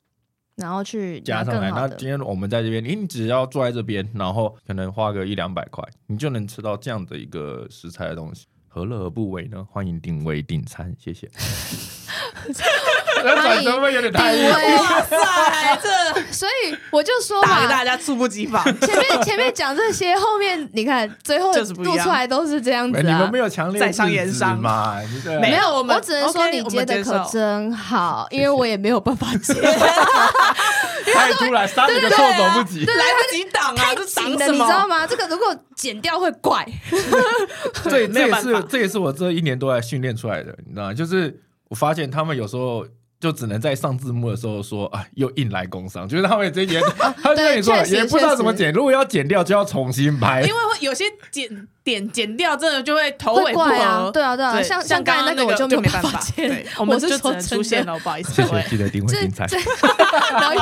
Speaker 2: 然后去
Speaker 3: 加
Speaker 2: 拿
Speaker 3: 上来。
Speaker 2: 更好
Speaker 3: 那
Speaker 2: 的
Speaker 3: 今。天我们在这边，你你只要坐在这边，然后可能花个一两百块，你就能吃到这样的一个食材的东西，何乐而不为呢？欢迎定位订餐，谢谢。那转身会有点太
Speaker 2: 定
Speaker 3: 硬
Speaker 2: 位，
Speaker 1: 塞，这
Speaker 2: 所以我就说
Speaker 1: 打得
Speaker 2: 嘛，
Speaker 1: 大家猝不 及防。
Speaker 2: 前面前面讲这些，后面你看最后
Speaker 1: 就是不一
Speaker 2: 录
Speaker 1: 样
Speaker 2: 出来都是这样子
Speaker 3: 哎你
Speaker 2: 啊
Speaker 3: 们没。有强烈
Speaker 1: 在商言
Speaker 3: 制止
Speaker 1: 商
Speaker 3: 嘛？你对
Speaker 1: 没有我们
Speaker 2: 我只能说
Speaker 1: OK，
Speaker 2: 你
Speaker 1: 我们
Speaker 2: 接的
Speaker 1: 接受
Speaker 2: 可真好，因为
Speaker 3: 谢谢
Speaker 2: 我也没有办法 接，
Speaker 3: 太突然，三个措手不及。
Speaker 1: 来不及挡啊！这挡
Speaker 2: 紧的
Speaker 1: 什
Speaker 2: 你知道
Speaker 1: 么？
Speaker 2: 吗？这个如果剪掉会怪。
Speaker 1: 没
Speaker 3: 这这
Speaker 1: 有
Speaker 3: 也
Speaker 1: 办
Speaker 3: 是
Speaker 1: 法
Speaker 3: 这也是我这一年多来训练出来的，你知道吗？就是我发现他们有时候。就只能在上字幕的时候说啊，又硬来工伤，就是他们这些， 他就跟你说
Speaker 2: 哦对确实
Speaker 3: 也不知道怎么
Speaker 2: 确实
Speaker 3: 剪，如果要剪掉就要重新拍，
Speaker 1: 因为会有些剪点剪掉，真的就会头
Speaker 2: 会
Speaker 1: 尾不
Speaker 2: 怪啊
Speaker 1: 合。，
Speaker 2: 对啊，对啊，
Speaker 1: 对
Speaker 2: 像
Speaker 1: 像
Speaker 2: 刚
Speaker 1: 刚
Speaker 2: 才
Speaker 1: 刚
Speaker 2: 那
Speaker 1: 那
Speaker 2: 个我
Speaker 1: 就
Speaker 2: 没
Speaker 1: 没
Speaker 2: 办
Speaker 1: 办
Speaker 2: 法
Speaker 1: 法
Speaker 2: 接
Speaker 1: 对
Speaker 2: 了，，
Speaker 1: 我们
Speaker 2: 是
Speaker 1: 就只
Speaker 2: 说
Speaker 1: 能
Speaker 2: 真
Speaker 1: 出现
Speaker 2: 的。
Speaker 1: 了，不好意思
Speaker 3: 谢
Speaker 1: 各
Speaker 3: 谢，
Speaker 1: 位。
Speaker 3: 记得定位
Speaker 2: 这
Speaker 3: 精彩。
Speaker 2: 这，然后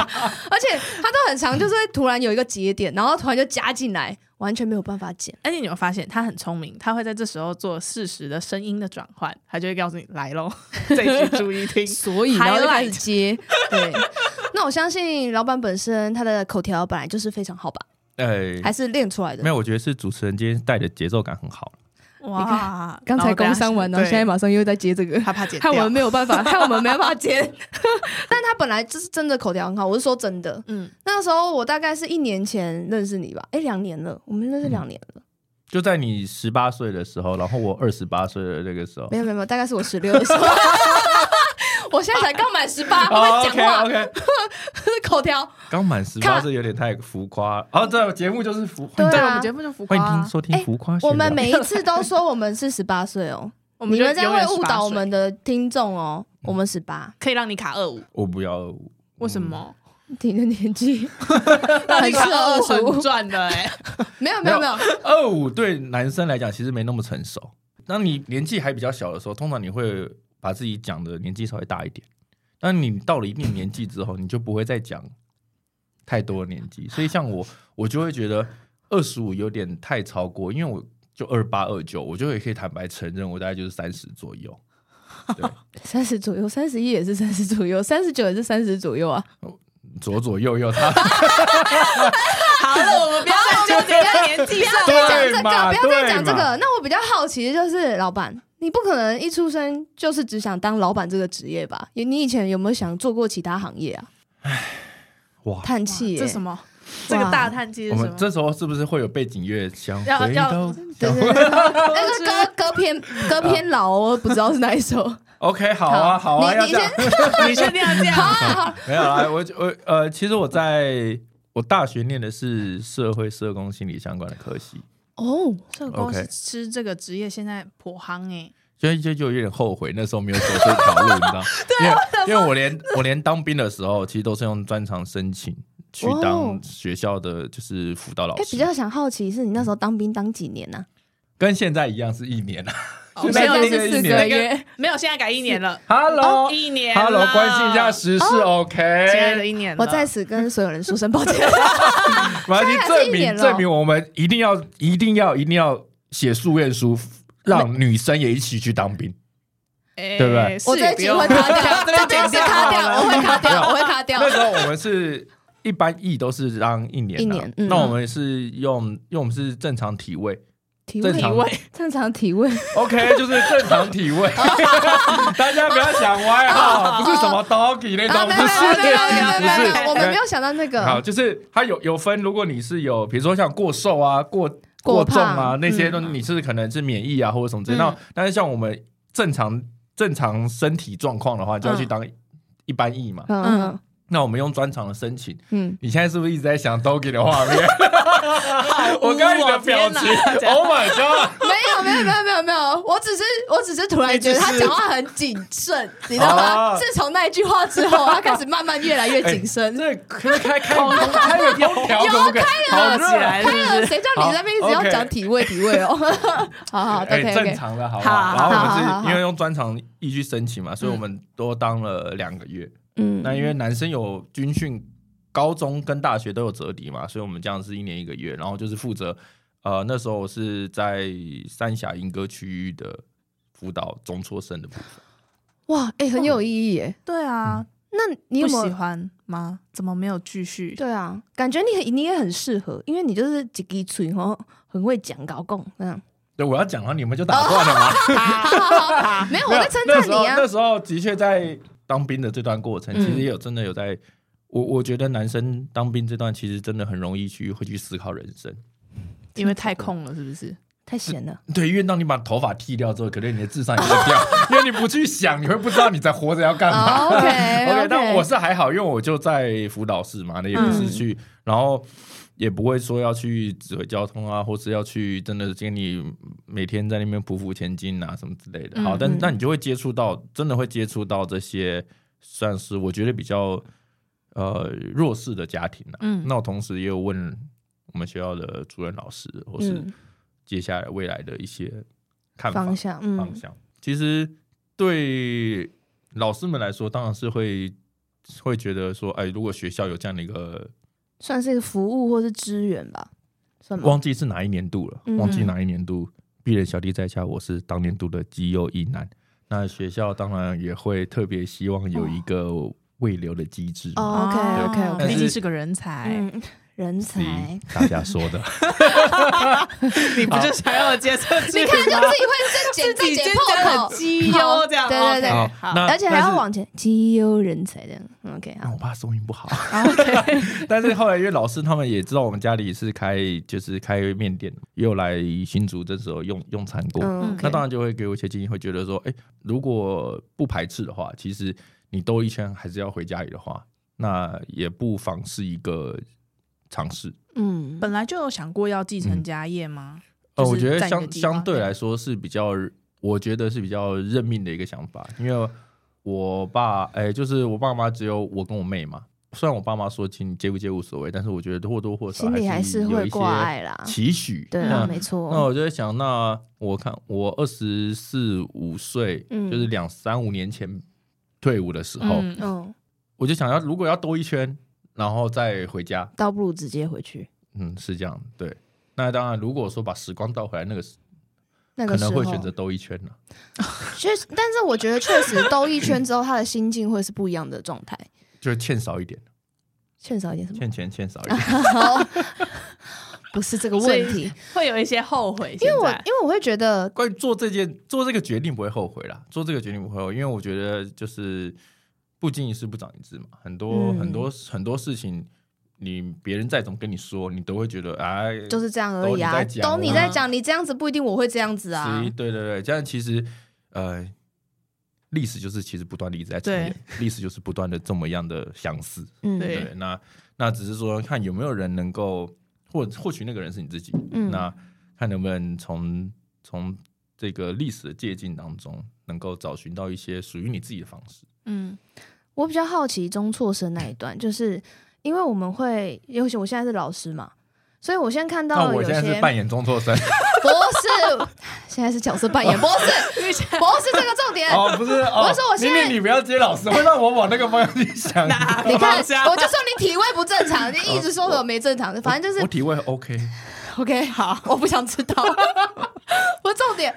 Speaker 2: 而且他都很长，就是会突然有一个节点，然后突然就加进来，完全没有办法剪。
Speaker 1: 而且你有发现他很聪明，他会在这时候做适时的声音的转换，他就会告诉你来 喽，这句注意听。
Speaker 2: 所以
Speaker 1: Highlight
Speaker 2: 然后就开始 接。对，那我相信老板本身他的口条本来就是非常好吧，
Speaker 3: 哎，
Speaker 2: 还是练出来
Speaker 3: 没
Speaker 2: 的。
Speaker 3: 有，我觉得是主持人今天带的节奏感很好。
Speaker 2: 你
Speaker 1: 哇，
Speaker 2: 刚才工伤完，然后现在
Speaker 1: 嘛，
Speaker 2: 马上又在接这个，
Speaker 1: 他怕剪
Speaker 2: 害我
Speaker 1: 掉
Speaker 2: 们。没有 办法，害我们没办法接。 但他本来就是真的口条很好，我是说真的。
Speaker 1: 嗯，
Speaker 2: 那时候我大概是一年前认识你吧，哎，两年了，我们认识两年了，
Speaker 3: 就在你十八岁的时候，然后我二十八岁的那个
Speaker 1: 哦
Speaker 3: 时候
Speaker 2: 没，有没有没有，大概是我十六 的时候。我现在才刚满十八，会不
Speaker 1: 哦
Speaker 2: 会讲话
Speaker 3: OK，
Speaker 2: 口条。
Speaker 3: 哦刚满十八
Speaker 2: 看
Speaker 3: 岁有点太浮夸。哦，这节目就是浮，
Speaker 2: 对啊
Speaker 1: 对，我们节目就浮夸
Speaker 3: 欢迎
Speaker 1: 啊
Speaker 3: 听，收听
Speaker 2: 哎
Speaker 3: 浮夸闲聊。
Speaker 2: 我们每一次都说我们是十八岁哦，
Speaker 1: 我
Speaker 2: 你
Speaker 1: 就
Speaker 2: 们这样
Speaker 1: 永远
Speaker 2: 会误
Speaker 1: 18
Speaker 2: 导我
Speaker 1: 岁嗯
Speaker 2: 们，的听众哦。我们十八，
Speaker 1: 可以让你卡二五，
Speaker 3: 我不要，
Speaker 1: 为什么？
Speaker 2: 你的年 纪
Speaker 1: 让你卡
Speaker 2: 很适合
Speaker 1: 二五
Speaker 2: 25
Speaker 1: 嗯很赚的哎，
Speaker 2: 没有没有没有，
Speaker 3: 二五哦对男生来讲其实没那么成熟。当你年纪还比较小的时候，通常你会把自己讲的年纪稍微大一点。但你到了一定年纪之后，你就不会再讲太多的年纪。所以像我，我就会觉得二十五有点太超过，因为我就二八二九，我就也可以坦白承认，我大概就是三十左右。对，
Speaker 2: 三十左右，三十一也是三十左右，三十九也是三十左右啊。
Speaker 3: 左左右右他，
Speaker 1: 好了，我们不要再纠结在年纪上。
Speaker 2: 不要再讲
Speaker 3: 对
Speaker 2: 这
Speaker 3: 嘛
Speaker 2: 个，不要再讲这
Speaker 3: 对
Speaker 2: 个
Speaker 3: 嘛。
Speaker 2: 那我比较好奇的就是，老板，你不可能一出生就是只想当老板这个职业吧？你你以前有没有想做过其他行业啊？
Speaker 3: 哇！
Speaker 2: 叹气耶，
Speaker 1: 这什么？这个大叹气
Speaker 3: 我
Speaker 1: 是什
Speaker 3: 们
Speaker 1: 么？
Speaker 3: 这时候是不是会有背景乐？想
Speaker 1: 要
Speaker 3: 回
Speaker 1: 要
Speaker 3: 到
Speaker 2: 对？对对，对那个歌歌偏歌偏老哦，我不知道是哪一首。
Speaker 3: OK，好啊，好啊，
Speaker 2: 你
Speaker 3: 要
Speaker 2: 你
Speaker 3: 这样。
Speaker 1: 你确定要这样？
Speaker 3: 没有啦，我我呃，其实我在我大学念的是社会社工心理相关的科系，
Speaker 2: 哦，
Speaker 1: 社工
Speaker 3: OK
Speaker 1: 师这个职业现在颇夯哎，
Speaker 3: 所以就就有点后悔那时候没有走这条路，你 知道？因
Speaker 2: 啊
Speaker 3: 为因为我连我连当兵的时候，其实都是用专长申请去
Speaker 2: 哦
Speaker 3: 当学校的就是辅导老
Speaker 2: 哎，
Speaker 3: 师，
Speaker 2: 比较想好奇是你那时候当兵当几年啊呢？
Speaker 3: 跟现在一样是一年啊。
Speaker 1: 哦没有
Speaker 2: 现在
Speaker 1: 那
Speaker 2: 是
Speaker 1: 个
Speaker 2: 四
Speaker 3: 一
Speaker 2: 个
Speaker 3: 年
Speaker 2: 月。哦
Speaker 1: 没有，现在改一年了，哦
Speaker 3: Hello。
Speaker 1: 一年了
Speaker 3: Hello，关心一下时事
Speaker 1: 亲爱的啊
Speaker 3: ，OK？
Speaker 1: 一年了，
Speaker 2: 我哦在此跟所有人说声抱歉。 现在还是一
Speaker 3: 马上去证
Speaker 2: 年
Speaker 3: 明
Speaker 2: 了
Speaker 3: 证明我们一定要一定要一定要写诉愿书，让女生也一起去当兵。
Speaker 1: 哎，
Speaker 3: 对不对
Speaker 1: 是
Speaker 2: 我这
Speaker 1: 也
Speaker 2: 一
Speaker 1: 不
Speaker 2: 集
Speaker 1: 用
Speaker 2: 会卡掉，
Speaker 1: 这边
Speaker 2: 这边是
Speaker 1: 剪
Speaker 2: 卡
Speaker 1: 好了
Speaker 2: 掉，我会卡掉，我会卡掉
Speaker 3: 那。时候我们是一般役都是当一年、啊，
Speaker 2: 一年嗯
Speaker 3: 那我们是用，因为我们是正常体位
Speaker 2: 体
Speaker 3: 正
Speaker 2: 位，
Speaker 3: 常
Speaker 1: 体位
Speaker 2: 正常体位。
Speaker 3: ，OK，就是正常体 位，大家不要想歪哈，不是什么 doggy 那
Speaker 2: 啊，
Speaker 3: 种，
Speaker 2: 没有
Speaker 3: 不
Speaker 2: 没有没有没有没有
Speaker 3: 是，
Speaker 2: 没
Speaker 3: 不是，
Speaker 2: 有，我们没有
Speaker 3: 对。
Speaker 2: 想到那
Speaker 3: 好，
Speaker 2: 个。嗯
Speaker 3: 就是它有有分，如果你是有，比如说像过瘦啊、过
Speaker 2: 过
Speaker 3: 重啊
Speaker 2: 胖
Speaker 3: 那些
Speaker 2: 嗯
Speaker 3: 东西，你是可能是免疫啊或者什么之类。
Speaker 1: 嗯
Speaker 3: 那但是像我们正常正常身体状况的话，就要去当一般役嘛。
Speaker 2: 嗯
Speaker 3: 那我们用专长的申请，
Speaker 2: 嗯，
Speaker 3: 你现在是不是一直在想 Doggy 的画面？
Speaker 1: 污
Speaker 3: 我刚才你的表情
Speaker 1: 天哪
Speaker 3: ，Oh my god！
Speaker 2: 没有没有没有没有没有，我只是我只是突然觉得他讲话很谨慎，你知道吗？
Speaker 3: 哦
Speaker 2: 自从那一句话之 后，他开始慢慢越来越谨慎。
Speaker 3: 这开开开开个空调可不可以？好
Speaker 1: 热起
Speaker 3: 热！啊
Speaker 1: 来
Speaker 2: 开
Speaker 1: 是不
Speaker 2: 了，
Speaker 1: 是？
Speaker 2: 谁叫你在那边一直要讲体位体位哦？ 好好
Speaker 3: 哎，
Speaker 2: ，OK
Speaker 3: 正
Speaker 2: OK，
Speaker 3: 常的，好不
Speaker 1: 好
Speaker 3: 好？然
Speaker 2: 好好
Speaker 3: 后我
Speaker 2: 好
Speaker 3: 们是因为用专长一去申请嘛，所以我们多当了两个月。
Speaker 2: 嗯
Speaker 3: 那因为男生有军训，高中跟大学都有折抵嘛，所以我们这样是一年一个月，然后就是负责呃那时候我是在三峡莺歌区域的辅导中辍生的部分。
Speaker 2: 哇，哎，很有意义耶。
Speaker 1: 对啊，
Speaker 2: 那你
Speaker 1: 不
Speaker 2: 有没
Speaker 1: 喜
Speaker 2: 有？
Speaker 1: 欢吗？怎么没有继续？
Speaker 2: 对啊，感觉你很你也很适合，因为你就是几滴嘴哦，很会讲搞共这 样。
Speaker 3: 对，我要讲，然后你们就打断了嘛。
Speaker 2: 没有，我
Speaker 3: 没有
Speaker 2: 在称
Speaker 3: 那
Speaker 2: 赞
Speaker 3: 时候
Speaker 2: 你啊。
Speaker 3: 那时候的确在当兵的这段过程，
Speaker 2: 嗯
Speaker 3: 其实也有真的有在。我我觉得男生当兵这段其实真的很容易去会去思考人生，
Speaker 1: 因为太空了，是不是？
Speaker 2: 太闲了，
Speaker 3: 对，因为当你把头发剃掉之后，可能你的智商也会掉， 因为你不去想，你会不知道你在活着要干嘛。
Speaker 2: 哦 OK，
Speaker 3: OK，但
Speaker 2: OK
Speaker 3: 我是还好，因为我就在辅导室嘛，那也不是去，
Speaker 2: 嗯
Speaker 3: 然后也不会说要去指挥交通啊，或是要去真的跟你每天在那边匍匐前进啊什么之类的。好，
Speaker 1: 嗯
Speaker 3: 但
Speaker 2: 嗯
Speaker 3: 但你就会接触到，真的会接触到这些，算是我觉得比较呃弱势的家庭啊。
Speaker 1: 嗯
Speaker 3: 那我同时也有问我们学校的主任老师，或是
Speaker 2: 嗯
Speaker 3: 接下来未来的一些看法
Speaker 2: 方向，
Speaker 3: 方
Speaker 2: 嗯，
Speaker 3: 向。其实对老师们来说，当然是会会觉得说，哎，如果学校有这样的一个
Speaker 2: 算是一个服务或是支援吧，算吗？
Speaker 3: 忘记是哪一年度了，
Speaker 2: 嗯
Speaker 3: 忘记哪一年度。鄙人小弟在下，我是当年度的基优一男。那学校当然也会特别希望有一个未留的机制嘛，
Speaker 2: 哦，OK，OK，OK，
Speaker 3: 但
Speaker 1: 毕
Speaker 3: 是
Speaker 1: 竟是个人才，
Speaker 2: 嗯，人
Speaker 3: 是
Speaker 2: 才，
Speaker 3: 大家说的。
Speaker 1: 你不就想要我接受自
Speaker 2: 你看就自己会自己
Speaker 1: 己
Speaker 2: 解
Speaker 1: 先
Speaker 2: 破
Speaker 1: 讲
Speaker 2: 口
Speaker 1: 的，基优这样，哦
Speaker 2: 对 对
Speaker 1: OK，
Speaker 2: 对
Speaker 3: 好
Speaker 1: 好，
Speaker 3: 那嗯
Speaker 2: 而且还
Speaker 3: 但
Speaker 2: 要
Speaker 3: 是
Speaker 2: 往前，绩优人才这样。嗯 OK，
Speaker 3: 那
Speaker 2: 好，
Speaker 3: 我怕收音不好。
Speaker 2: 哦
Speaker 1: OK，
Speaker 3: 但是后来因为老师他们也知道我们家里是开就是开面店，也有来新竹这时候用用餐过，
Speaker 2: 嗯，
Speaker 3: 那当然就会给我一些建议，会觉得说，哎、如果不排斥的话，其实你兜一圈还是要回家里的话，那也不妨是一个尝试。
Speaker 2: 嗯，
Speaker 1: 本来就有想过要继承家业吗？
Speaker 3: 呃，
Speaker 1: 就是
Speaker 3: 我觉得
Speaker 1: 在你的
Speaker 3: 相
Speaker 1: 计划
Speaker 3: 相对
Speaker 1: 内
Speaker 3: 来说是比较，我觉得是比较认命的一个想法，因为我爸，哎、就是我爸妈只有我跟我妹嘛。虽然我爸妈说请你接不接无所谓，但是我觉得或多或少
Speaker 2: 心里还
Speaker 3: 是
Speaker 2: 是
Speaker 3: 有
Speaker 2: 会
Speaker 3: 一些
Speaker 2: 挂碍啦。
Speaker 3: 期许。
Speaker 2: 对
Speaker 3: 那
Speaker 2: 啊，没
Speaker 3: 那
Speaker 2: 错。
Speaker 3: 我就在想，那我看我二十四五岁，
Speaker 2: 嗯
Speaker 3: 就是两三五年前退伍的时候，
Speaker 1: 嗯，
Speaker 2: 嗯，
Speaker 3: 我就想要如果要兜一圈，然后再回家，
Speaker 2: 倒不如直接回去。
Speaker 3: 嗯，是这样，对。那当然，如果说把时光倒回来，那个时
Speaker 2: 那
Speaker 3: 可
Speaker 2: 个时
Speaker 3: 能
Speaker 2: 候
Speaker 3: 会选择兜一圈了。
Speaker 2: 确实，但是我觉得确实兜一圈之后，他的心境会是不一样的状态。
Speaker 3: 就是欠少一点，
Speaker 2: 欠少一点什么？
Speaker 3: 欠钱欠少 一点，
Speaker 2: 好，不是这个
Speaker 1: 所以
Speaker 2: 问题，
Speaker 1: 会有一些后悔。
Speaker 2: 因为我
Speaker 1: 现在
Speaker 2: 因为我会觉得，
Speaker 3: 关于做这件做这个决定不会后悔啦，做这个决定不会后悔，因为我觉得就是不经一事不长一智嘛，很多、
Speaker 2: 嗯
Speaker 3: 很多很多事情，你别人再怎么跟你说，你都会觉得哎，
Speaker 2: 就是这样而已啊。
Speaker 3: 都你在讲
Speaker 2: 都你在讲，你这样子不一定我会这样子啊
Speaker 3: 其。对对对，这样其实呃，历史就是其实不断的一直在重演，历史就是不断的这么样的相似。
Speaker 2: 嗯，
Speaker 1: 对
Speaker 3: 对，那那只是说看有没有人能够或或许那个人是你自己，
Speaker 2: 嗯
Speaker 3: 那看能不能从从这个历史的借鉴当中，能够找寻到一些属于你自己的方式。
Speaker 1: 嗯，
Speaker 2: 我比较好奇中辍生那一段，就是因为我们会，尤其我现在是老师嘛，所以我现在看
Speaker 3: 那
Speaker 2: 到有
Speaker 3: 我现在
Speaker 2: 些
Speaker 3: 是 扮演中辍生
Speaker 2: 不是，现在是角色 扮演，不是
Speaker 1: 因为现在
Speaker 2: 不是这个重点。
Speaker 3: 哦，不是，
Speaker 2: 我
Speaker 3: 哦
Speaker 2: 是说我现在
Speaker 3: 明明你不要接老师，会让我往那个方向去 想。
Speaker 2: 你看，
Speaker 1: 往下
Speaker 2: 我就说你体位不正常，你一直说我没正
Speaker 3: 哦
Speaker 2: 常，反正就是
Speaker 3: 我体位 OK，
Speaker 2: OK，好，我不想知道。 不是重点，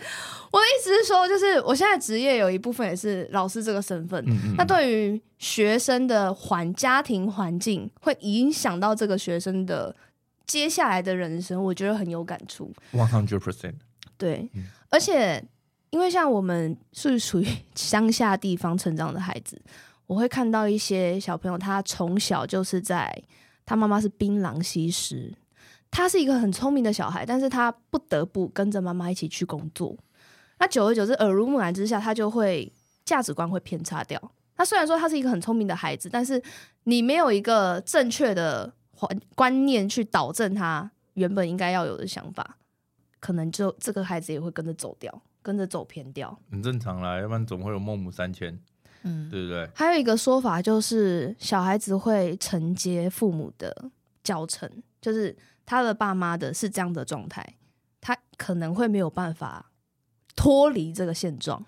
Speaker 2: 我的意思是说，就是我现在职业有一部分也是老师这个身份。
Speaker 3: 嗯嗯，
Speaker 2: 那对于学生的环家庭环境，会影响到这个学生的接下来的人生，我觉得很有感触。
Speaker 3: 嗯 one hundred percent。
Speaker 2: 对，
Speaker 3: 嗯
Speaker 2: 而且因为像我们是属于乡下地方成长的孩子，我会看到一些小朋友，他从小就是在他妈妈是槟榔西施，他是一个很聪明的小孩，但是他不得不跟着妈妈一起去工作。那久而久之，耳濡目染之下，他就会价值观会偏差掉。他虽然说他是一个很聪明的孩子，但是你没有一个正确的环观念去导正他原本应该要有的想法，可能就这个孩子也会跟着走掉，跟着走偏掉。
Speaker 3: 很正常啦，要不然怎么会有孟母三迁，
Speaker 1: 嗯，
Speaker 3: 对不对？
Speaker 2: 还有一个说法就是，小孩子会承接父母的教程，就是他的爸妈的是这样的状态，他可能会没有办法脱离这个现状。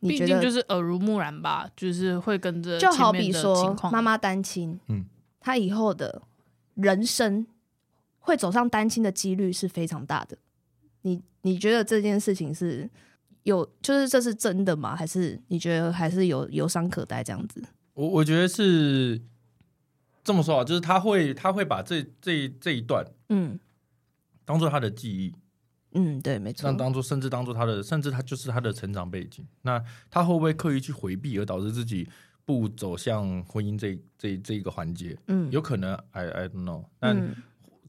Speaker 2: 你
Speaker 1: 毕
Speaker 2: 觉
Speaker 1: 竟
Speaker 2: 得？
Speaker 1: 就是耳濡目染吧，就是会跟着
Speaker 2: 就
Speaker 1: 前
Speaker 2: 好
Speaker 1: 面
Speaker 2: 比
Speaker 1: 的
Speaker 2: 说
Speaker 1: 情况
Speaker 2: 妈妈单亲，
Speaker 3: 嗯
Speaker 2: 她以后的人生会走上单亲的几率是非常大的。你你觉得这件事情是有，就是这是真的吗？还是你觉得还是有有伤可待这样子？
Speaker 3: 我我觉得是这么说啊，就是他会他会把这这这一段
Speaker 2: 嗯
Speaker 3: 当做他的记忆，
Speaker 2: 嗯，对，没错
Speaker 3: 那，当做甚至当做他的，甚至他就是他的成长背景。那他会不会刻意去回避，而导致自己不走向婚姻这这这一个环节？
Speaker 2: 嗯
Speaker 3: 有可能，I I don't know。但
Speaker 2: 嗯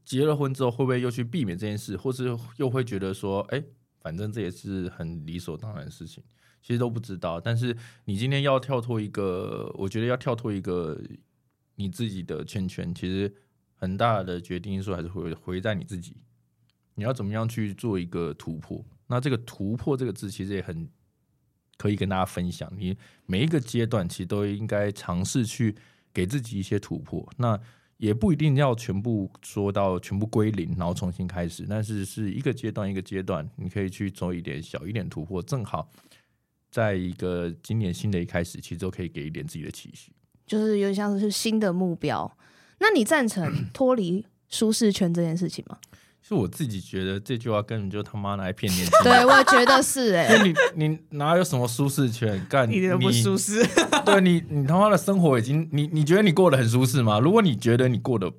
Speaker 3: 结了婚之后，会不会又去避免这件事，或是又会觉得说，哎、反正这也是很理所当然的事情，其实都不知道。但是你今天要跳脱一个，我觉得要跳脱一个你自己的圈圈，其实很大的决定因素还是回回在你自己，你要怎么样去做一个突破。那这个突破这个字，其实也很可以跟大家分享。你每一个阶段其实都应该尝试去给自己一些突破。那也不一定要全部说到全部归零，然后重新开始，但是是一个阶段一个阶段，你可以去做一点小一点突破，正好在一个今年新的一开始，其实都可以给一点自己的期许。
Speaker 2: 就是有点 像是新的目标。那你赞成脱离舒适圈这件事情吗？
Speaker 3: 是我自己觉得这句话根本就他妈拿来骗年轻
Speaker 2: 对，
Speaker 3: 人。
Speaker 2: 我觉得是哎、
Speaker 3: 因为你你哪有什么舒适圈？干
Speaker 1: 一点都不舒适。
Speaker 3: 对你，你他妈的生活已经，你你觉得你过得很舒适吗？如果你觉得你过得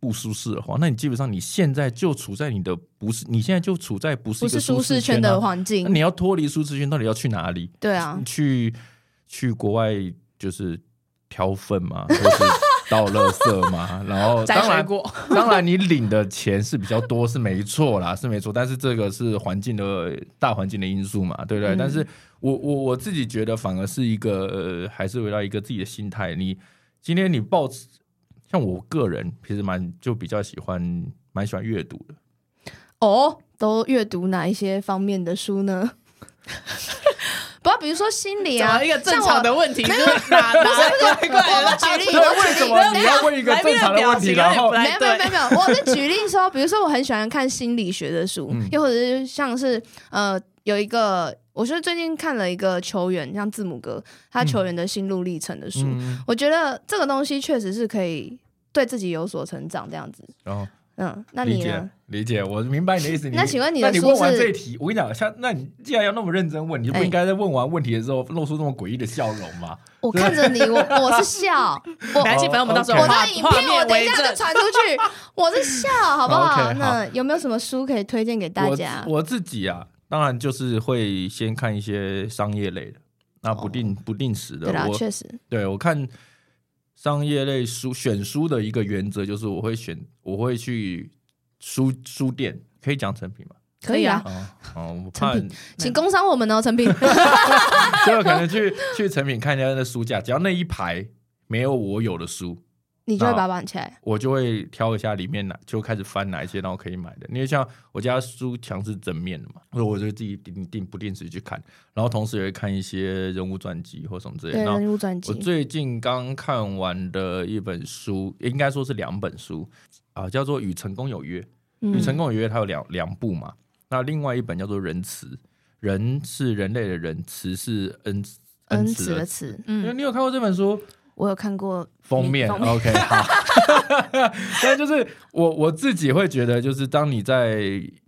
Speaker 3: 不舒适的话，那你基本上你现在就处在你的不是，你现在就处在 不是
Speaker 2: 不
Speaker 3: 一个
Speaker 2: 是舒
Speaker 3: 适
Speaker 2: 适
Speaker 3: 圈
Speaker 2: 圈
Speaker 3: 啊
Speaker 2: 的环
Speaker 3: 那
Speaker 2: 境，
Speaker 3: 你要脱离舒适圈，到底要去哪里？
Speaker 2: 对啊，
Speaker 3: 去去国外就是挑粪吗？或是倒垃圾吗？然后
Speaker 1: 摘
Speaker 3: 当
Speaker 1: 水
Speaker 3: 然
Speaker 1: 果，
Speaker 3: 当然，你领的钱是比较多，是没错啦，是没错。但是这个是环境的大环境的因素嘛，对不对？
Speaker 2: 嗯
Speaker 3: 但是我我我自己觉得，反而是一个、呃、还是围绕一个自己的心态。你今天你抱持，像我个人平时蛮就比较喜欢蛮喜欢阅读的，
Speaker 2: 哦，都阅读哪一些方面的书呢？ 不要，比如说心理
Speaker 1: 讲
Speaker 2: 啊，
Speaker 1: 了一个正
Speaker 2: 像我
Speaker 1: 常的问题，就是哪哪怪怪
Speaker 2: 啊我
Speaker 1: 的
Speaker 2: 们。举例，
Speaker 3: 对，
Speaker 2: 我
Speaker 3: 为
Speaker 2: 举
Speaker 3: 什
Speaker 2: 例，
Speaker 3: 么
Speaker 2: 等一
Speaker 3: 你
Speaker 2: 下
Speaker 3: 要问一个正常的问题，然后
Speaker 1: 来
Speaker 2: 没有没有
Speaker 1: 对
Speaker 2: 没有 没有，我是举例说，比如说我很喜欢看心理学的书，
Speaker 3: 嗯
Speaker 2: 又或者是像是呃有一个，我是最近看了一个球员，像字母哥他球员的心路历程的书，
Speaker 3: 嗯，
Speaker 2: 我觉得这个东西确实是可以对自己有所成长这样子。
Speaker 3: 然后
Speaker 2: 嗯，那
Speaker 3: 理
Speaker 2: 你
Speaker 3: 解
Speaker 2: 呢？
Speaker 3: 理解，我明白你的意思。
Speaker 2: 那请问你
Speaker 3: 那
Speaker 2: 的
Speaker 3: 你
Speaker 2: 书
Speaker 3: 问完这一
Speaker 2: 是？
Speaker 3: 题，我跟你讲，像那你既然要那么认真问，你就不
Speaker 2: 哎
Speaker 3: 应该在问完问题的时候露出那么诡异的笑容嘛？
Speaker 2: 我看着你，我我 是笑，我
Speaker 1: 没关系，
Speaker 3: 哦
Speaker 1: 反正我们到时候
Speaker 3: 对
Speaker 2: 我
Speaker 1: 画
Speaker 2: 那个影
Speaker 1: 画
Speaker 2: 片我
Speaker 1: 面
Speaker 2: 等一
Speaker 1: 为
Speaker 2: 下就
Speaker 1: 证。
Speaker 2: 传出去，我是笑，好不
Speaker 3: 好
Speaker 2: 好？
Speaker 3: ，OK，
Speaker 2: 那有没有什么书可以推荐给大家？
Speaker 3: 我我自己啊，当然就是会先看一些商业类的，那不定、不定时的
Speaker 2: 哦对。啦，
Speaker 3: 我
Speaker 2: 确实，
Speaker 3: 对我看商业类书选书的一个原则就是，我会选我会去书书店，可以讲成品吗？
Speaker 1: 可以啊
Speaker 2: 可，
Speaker 3: 哦哦，我怕
Speaker 2: 成请工商我们哦，陈品。
Speaker 3: 所以我可能去去成品看一下那书架，只要那一排没有我有的书，
Speaker 2: 你就会把它绑起来。
Speaker 3: 我就会挑一下里面哪，就开始翻哪一些，然后可以买的。因为像我家书墙是整面的嘛，所以我就自己定定不定时去看，然后同时也会看一些人物传记或什么之类的。
Speaker 2: 对，
Speaker 3: 然后
Speaker 2: 人物传
Speaker 3: 我
Speaker 2: 记。
Speaker 3: 最近刚看完的一本书，应该说是两本书啊、叫做《与成功有约》。
Speaker 2: 嗯
Speaker 3: 与成功有约它有两两部嘛，那另外一本叫做《仁慈》，仁是人类的人，慈是恩
Speaker 2: 恩
Speaker 3: 慈
Speaker 2: 慈
Speaker 3: 的
Speaker 2: 的
Speaker 3: 慈。
Speaker 2: 慈，
Speaker 3: 你
Speaker 1: 嗯，
Speaker 3: 你有看过这本书？
Speaker 2: 我有看过。
Speaker 3: 封面
Speaker 2: 封
Speaker 3: o k 好。 但就是我我自己会觉得，就是当你在，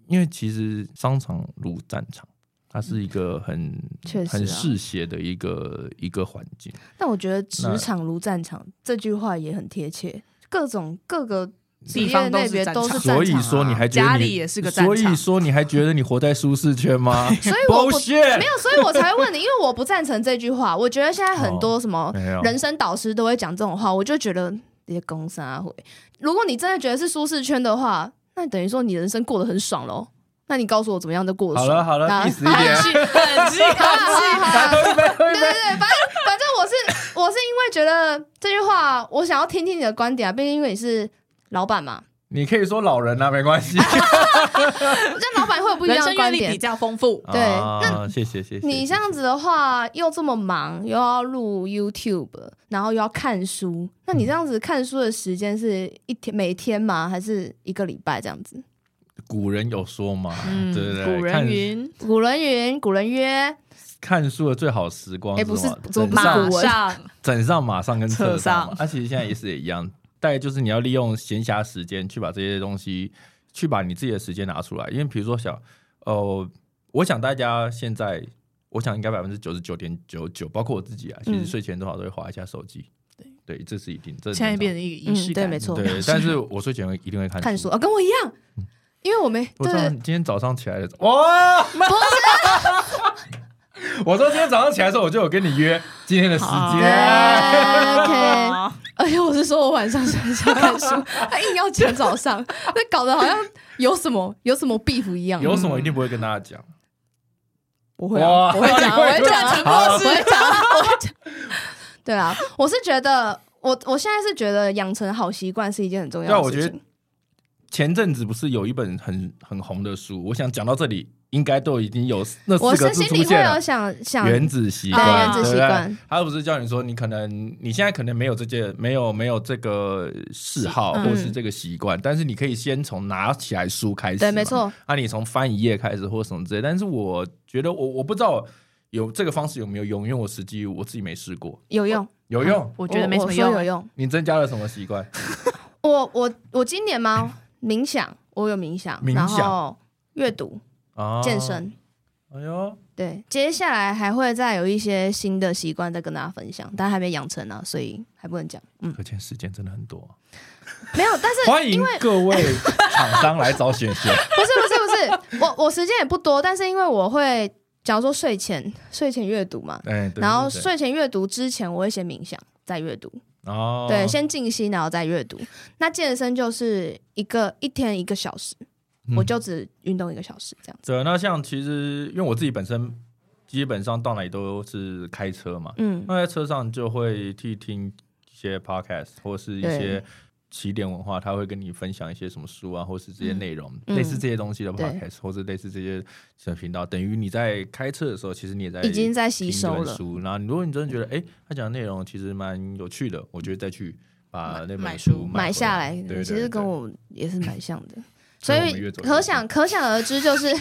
Speaker 3: 因为其实商场如战场，它是一个很、
Speaker 2: 确实啊
Speaker 3: 很嗜血的一个一个环境。
Speaker 2: 但我觉得“
Speaker 3: 那
Speaker 2: 职场如战场”这句话也很贴切，各种各个职
Speaker 1: 地
Speaker 2: 业
Speaker 1: 方都
Speaker 2: 类
Speaker 1: 是
Speaker 2: 别
Speaker 1: 战
Speaker 2: 都是
Speaker 1: 场
Speaker 2: 战场啊。
Speaker 3: 所以说，你还觉得
Speaker 1: 家
Speaker 3: 你
Speaker 1: 里也是个战
Speaker 3: 所
Speaker 1: 场
Speaker 3: 以说你还觉得你活在舒适圈吗？
Speaker 2: 所以我不
Speaker 3: bullshit
Speaker 2: 没有，所以我才会问你，因为我不赞成这句话。我觉得现在很多什么
Speaker 3: 没有
Speaker 2: 人生导师都会讲这种话，我就觉得这些公司啊会。如果你真的觉得是舒适圈的话，那等于说你人生过得很爽喽。那你告诉我怎么样都过得
Speaker 3: 好
Speaker 2: 爽？
Speaker 3: 了好了，
Speaker 2: 啊
Speaker 3: 意思一点，
Speaker 1: 很气很气
Speaker 2: 好啦好啦好啦
Speaker 3: 来喝一杯喝 一
Speaker 2: 对对
Speaker 3: 杯
Speaker 2: 对，反正反正我是我是因为觉得这句话，我想要听听你的观点啊，毕竟因为你是老板嘛，
Speaker 3: 你可以说老人啊，没关
Speaker 2: 我
Speaker 3: 系。
Speaker 2: 觉得老板会有不一
Speaker 1: 人
Speaker 2: 样
Speaker 1: 生阅
Speaker 2: 的观
Speaker 1: 历比
Speaker 2: 点。
Speaker 1: 较丰富，
Speaker 2: 对
Speaker 3: 啊，谢谢谢谢。
Speaker 2: 你这样子的话，又这么忙，又要录 YouTube，然后又要看书，那你这样子看书的时间是一天每天吗？还是一个礼拜这样子？
Speaker 3: 古人有说嘛，
Speaker 1: 嗯，
Speaker 3: 对对对，
Speaker 1: 古
Speaker 3: 看
Speaker 1: 人云
Speaker 2: 古人云，古人曰，
Speaker 3: 看书的最好时光
Speaker 2: 哎
Speaker 3: 什么，
Speaker 2: 不是怎么
Speaker 3: 枕
Speaker 2: 不是
Speaker 3: 上
Speaker 1: 马
Speaker 2: 古文
Speaker 1: 上
Speaker 3: 枕上马上跟侧
Speaker 1: 侧
Speaker 3: 上嘛
Speaker 1: 上，
Speaker 3: 它、其实现在也是也一样，大概就是你要利用闲暇时间去把这些东西，去把你自己的时间拿出来。因为比如说想，呃，我想大家现在，我想应该百分之九十九点九九，包括我自己啊，其实
Speaker 2: 嗯
Speaker 3: 睡前多少都会划一下手机。对对，这是一定，这是
Speaker 1: 现在变
Speaker 3: 正
Speaker 1: 成一个仪式感，
Speaker 2: 嗯对没错
Speaker 3: 常的对，但是我睡前会一定会看
Speaker 2: 看书啊，跟我一样，因为我没
Speaker 3: 我知道
Speaker 2: 对
Speaker 3: 你今天早上起来的时候，哇，不是， 我说今天早上起来的时候，我就有跟你约今天的时间。
Speaker 2: 对，OK。而且我是说我晚上睡觉看书，他硬要讲早上，那搞得好像有什么有什么 beef 一样。
Speaker 3: 有什么一定不会跟大家讲，
Speaker 2: 我会、啊，
Speaker 3: 哇
Speaker 2: 我会讲，我会讲，
Speaker 3: 你会
Speaker 2: 我会讲，我会讲。啊对啊，我是觉得，我我现在是觉得养成好习惯是一件很重
Speaker 3: 对啊
Speaker 2: 要
Speaker 3: 我
Speaker 2: 的
Speaker 3: 觉
Speaker 2: 事
Speaker 3: 得
Speaker 2: 情。
Speaker 3: 前阵子不是有一本很很红的书，我想讲到这里，应该都已经有那
Speaker 2: 我
Speaker 3: 四个
Speaker 2: 是
Speaker 3: 字
Speaker 2: 心
Speaker 3: 出
Speaker 2: 里会
Speaker 3: 现
Speaker 2: 有
Speaker 3: 了。
Speaker 2: 想想，
Speaker 3: 原子习
Speaker 2: 对
Speaker 3: 惯，
Speaker 2: 原子习
Speaker 3: 对不对
Speaker 2: 惯
Speaker 3: 他不是叫你说你可能你现在可能没有这件没有没有这个嗜好
Speaker 2: 嗯
Speaker 3: 或是这个习惯，但是你可以先从拿起来书开始嘛，
Speaker 2: 对，没错，
Speaker 3: 啊，你从翻一页开始或什么之类，但是我觉得我我不知道有这个方式有没有用，因为我实际我自己没试过，
Speaker 2: 有用。
Speaker 3: 有
Speaker 2: 嗯
Speaker 3: 用。
Speaker 1: 我觉得没什么
Speaker 2: 啊我说
Speaker 1: 用
Speaker 2: 有。用。
Speaker 3: 你增加了什么习惯？
Speaker 2: 我我我今年吗？冥想，我我有冥想，
Speaker 3: 冥
Speaker 2: 然
Speaker 3: 想
Speaker 2: 后阅读、
Speaker 3: 啊
Speaker 2: 健。身。
Speaker 3: 哎呦，
Speaker 2: 对，接下来还会再有一些新的习惯再跟大家分享，但还没养成啊呢，所以还不能讲。嗯，
Speaker 3: 可见时间真的很多啊。
Speaker 2: 没有，但是
Speaker 3: 欢迎各位厂商来找选秀。
Speaker 2: 不是不是不是，我 我时间也不多，但是因为我会，假如说睡前睡前阅读嘛，
Speaker 3: 哎，对
Speaker 2: 然后，
Speaker 3: 对
Speaker 2: 睡前阅读之前我会先冥想，再阅读，
Speaker 3: 对哦，
Speaker 2: 对，先静心，然后再阅读。那健身就是一个一天一个小时，
Speaker 3: 嗯
Speaker 2: 我就只运动一个小时这样子。
Speaker 3: 对，那像其实因为我自己本身基本上到哪里都是开车嘛，
Speaker 2: 嗯，
Speaker 3: 那在车上就会去听一些 podcast 或是一些起点文化，他会跟你分享一些什么书啊，或是这些内容，
Speaker 2: 嗯
Speaker 3: 类似这些东西的
Speaker 2: 对
Speaker 3: podcast，或是类似这些小频道，等于你在开车的时候，其实你也在
Speaker 2: 已经在吸
Speaker 3: 听这
Speaker 2: 收
Speaker 3: 本
Speaker 2: 了。嗯
Speaker 3: 书，然后如果你真的觉得，哎、他讲的内容其实蛮有趣的，我觉得再去把那
Speaker 1: 买
Speaker 3: 本书
Speaker 1: 书
Speaker 2: 买
Speaker 3: 回
Speaker 2: 下来，
Speaker 3: 对对
Speaker 2: 其实跟
Speaker 3: 对
Speaker 2: 我也是蛮像的，
Speaker 3: 所
Speaker 2: 所
Speaker 3: 以我们越
Speaker 2: 以
Speaker 3: 走越
Speaker 2: 可想可想而知，就是 嗯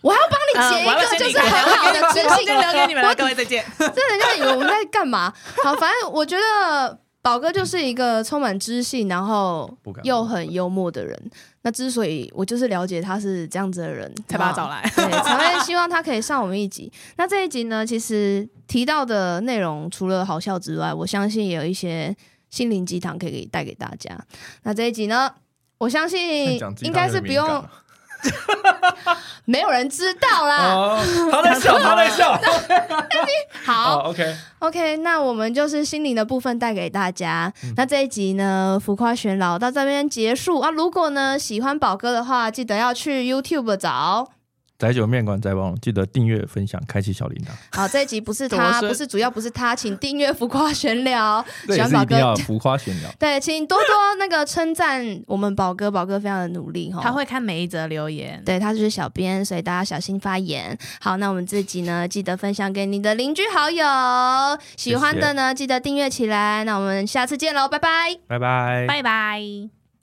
Speaker 2: 我还要帮你 截一个，就是很好的知
Speaker 1: 空
Speaker 2: 性，
Speaker 1: 间留给你们
Speaker 2: 我
Speaker 1: 了，各位再见。
Speaker 2: 这人家以为我们在干嘛？ 好，反正我觉得宝哥就是一个充满知性，然后
Speaker 3: 不敢
Speaker 2: 又很幽默的人。那之所以我就是了解他是这样子的人，
Speaker 1: 才把他找来。
Speaker 2: 对，才会希望他可以上我们一集。那这一集呢，其实提到的内容除了好笑之外，我相信也有一些心灵鸡汤可以带给大家。那这一集呢，我相信
Speaker 3: 讲鸡
Speaker 2: 应
Speaker 3: 汤
Speaker 2: 该
Speaker 3: 有
Speaker 2: 是不
Speaker 3: 点敏感啊
Speaker 2: 用
Speaker 3: 了，
Speaker 2: 没有人知道啦。
Speaker 3: 哦，他在笑，他在笑。
Speaker 2: 好，
Speaker 3: 哦，OK，
Speaker 2: OK，那我们就是心灵的部分带给大家。那这一集呢，浮夸玄老到这边结束啊。如果呢喜欢宝哥的话，记得要去 YouTube 找。
Speaker 3: 宅酒面馆宅帮，记得订阅、分享、开启小铃铛，
Speaker 2: 好，这一集不是
Speaker 1: 多
Speaker 2: 他，
Speaker 1: 深
Speaker 2: 不是主要不是他，请订阅浮夸玄聊。
Speaker 3: 这
Speaker 2: 喜
Speaker 3: 也
Speaker 2: 欢
Speaker 3: 是
Speaker 2: 宝
Speaker 3: 一定
Speaker 2: 哥
Speaker 3: 要，浮夸闲聊。
Speaker 2: 对，请多多那个称赞我们宝哥，宝哥非常的努力哈。
Speaker 1: 他会看每一则留言。
Speaker 2: 对，他就是小编，所以大家小心发言。好，那我们这集呢，记得分享给你的邻居好友，喜欢的呢记得订阅起来。那我们下次见喽，拜拜。
Speaker 3: 拜拜。
Speaker 1: 拜拜。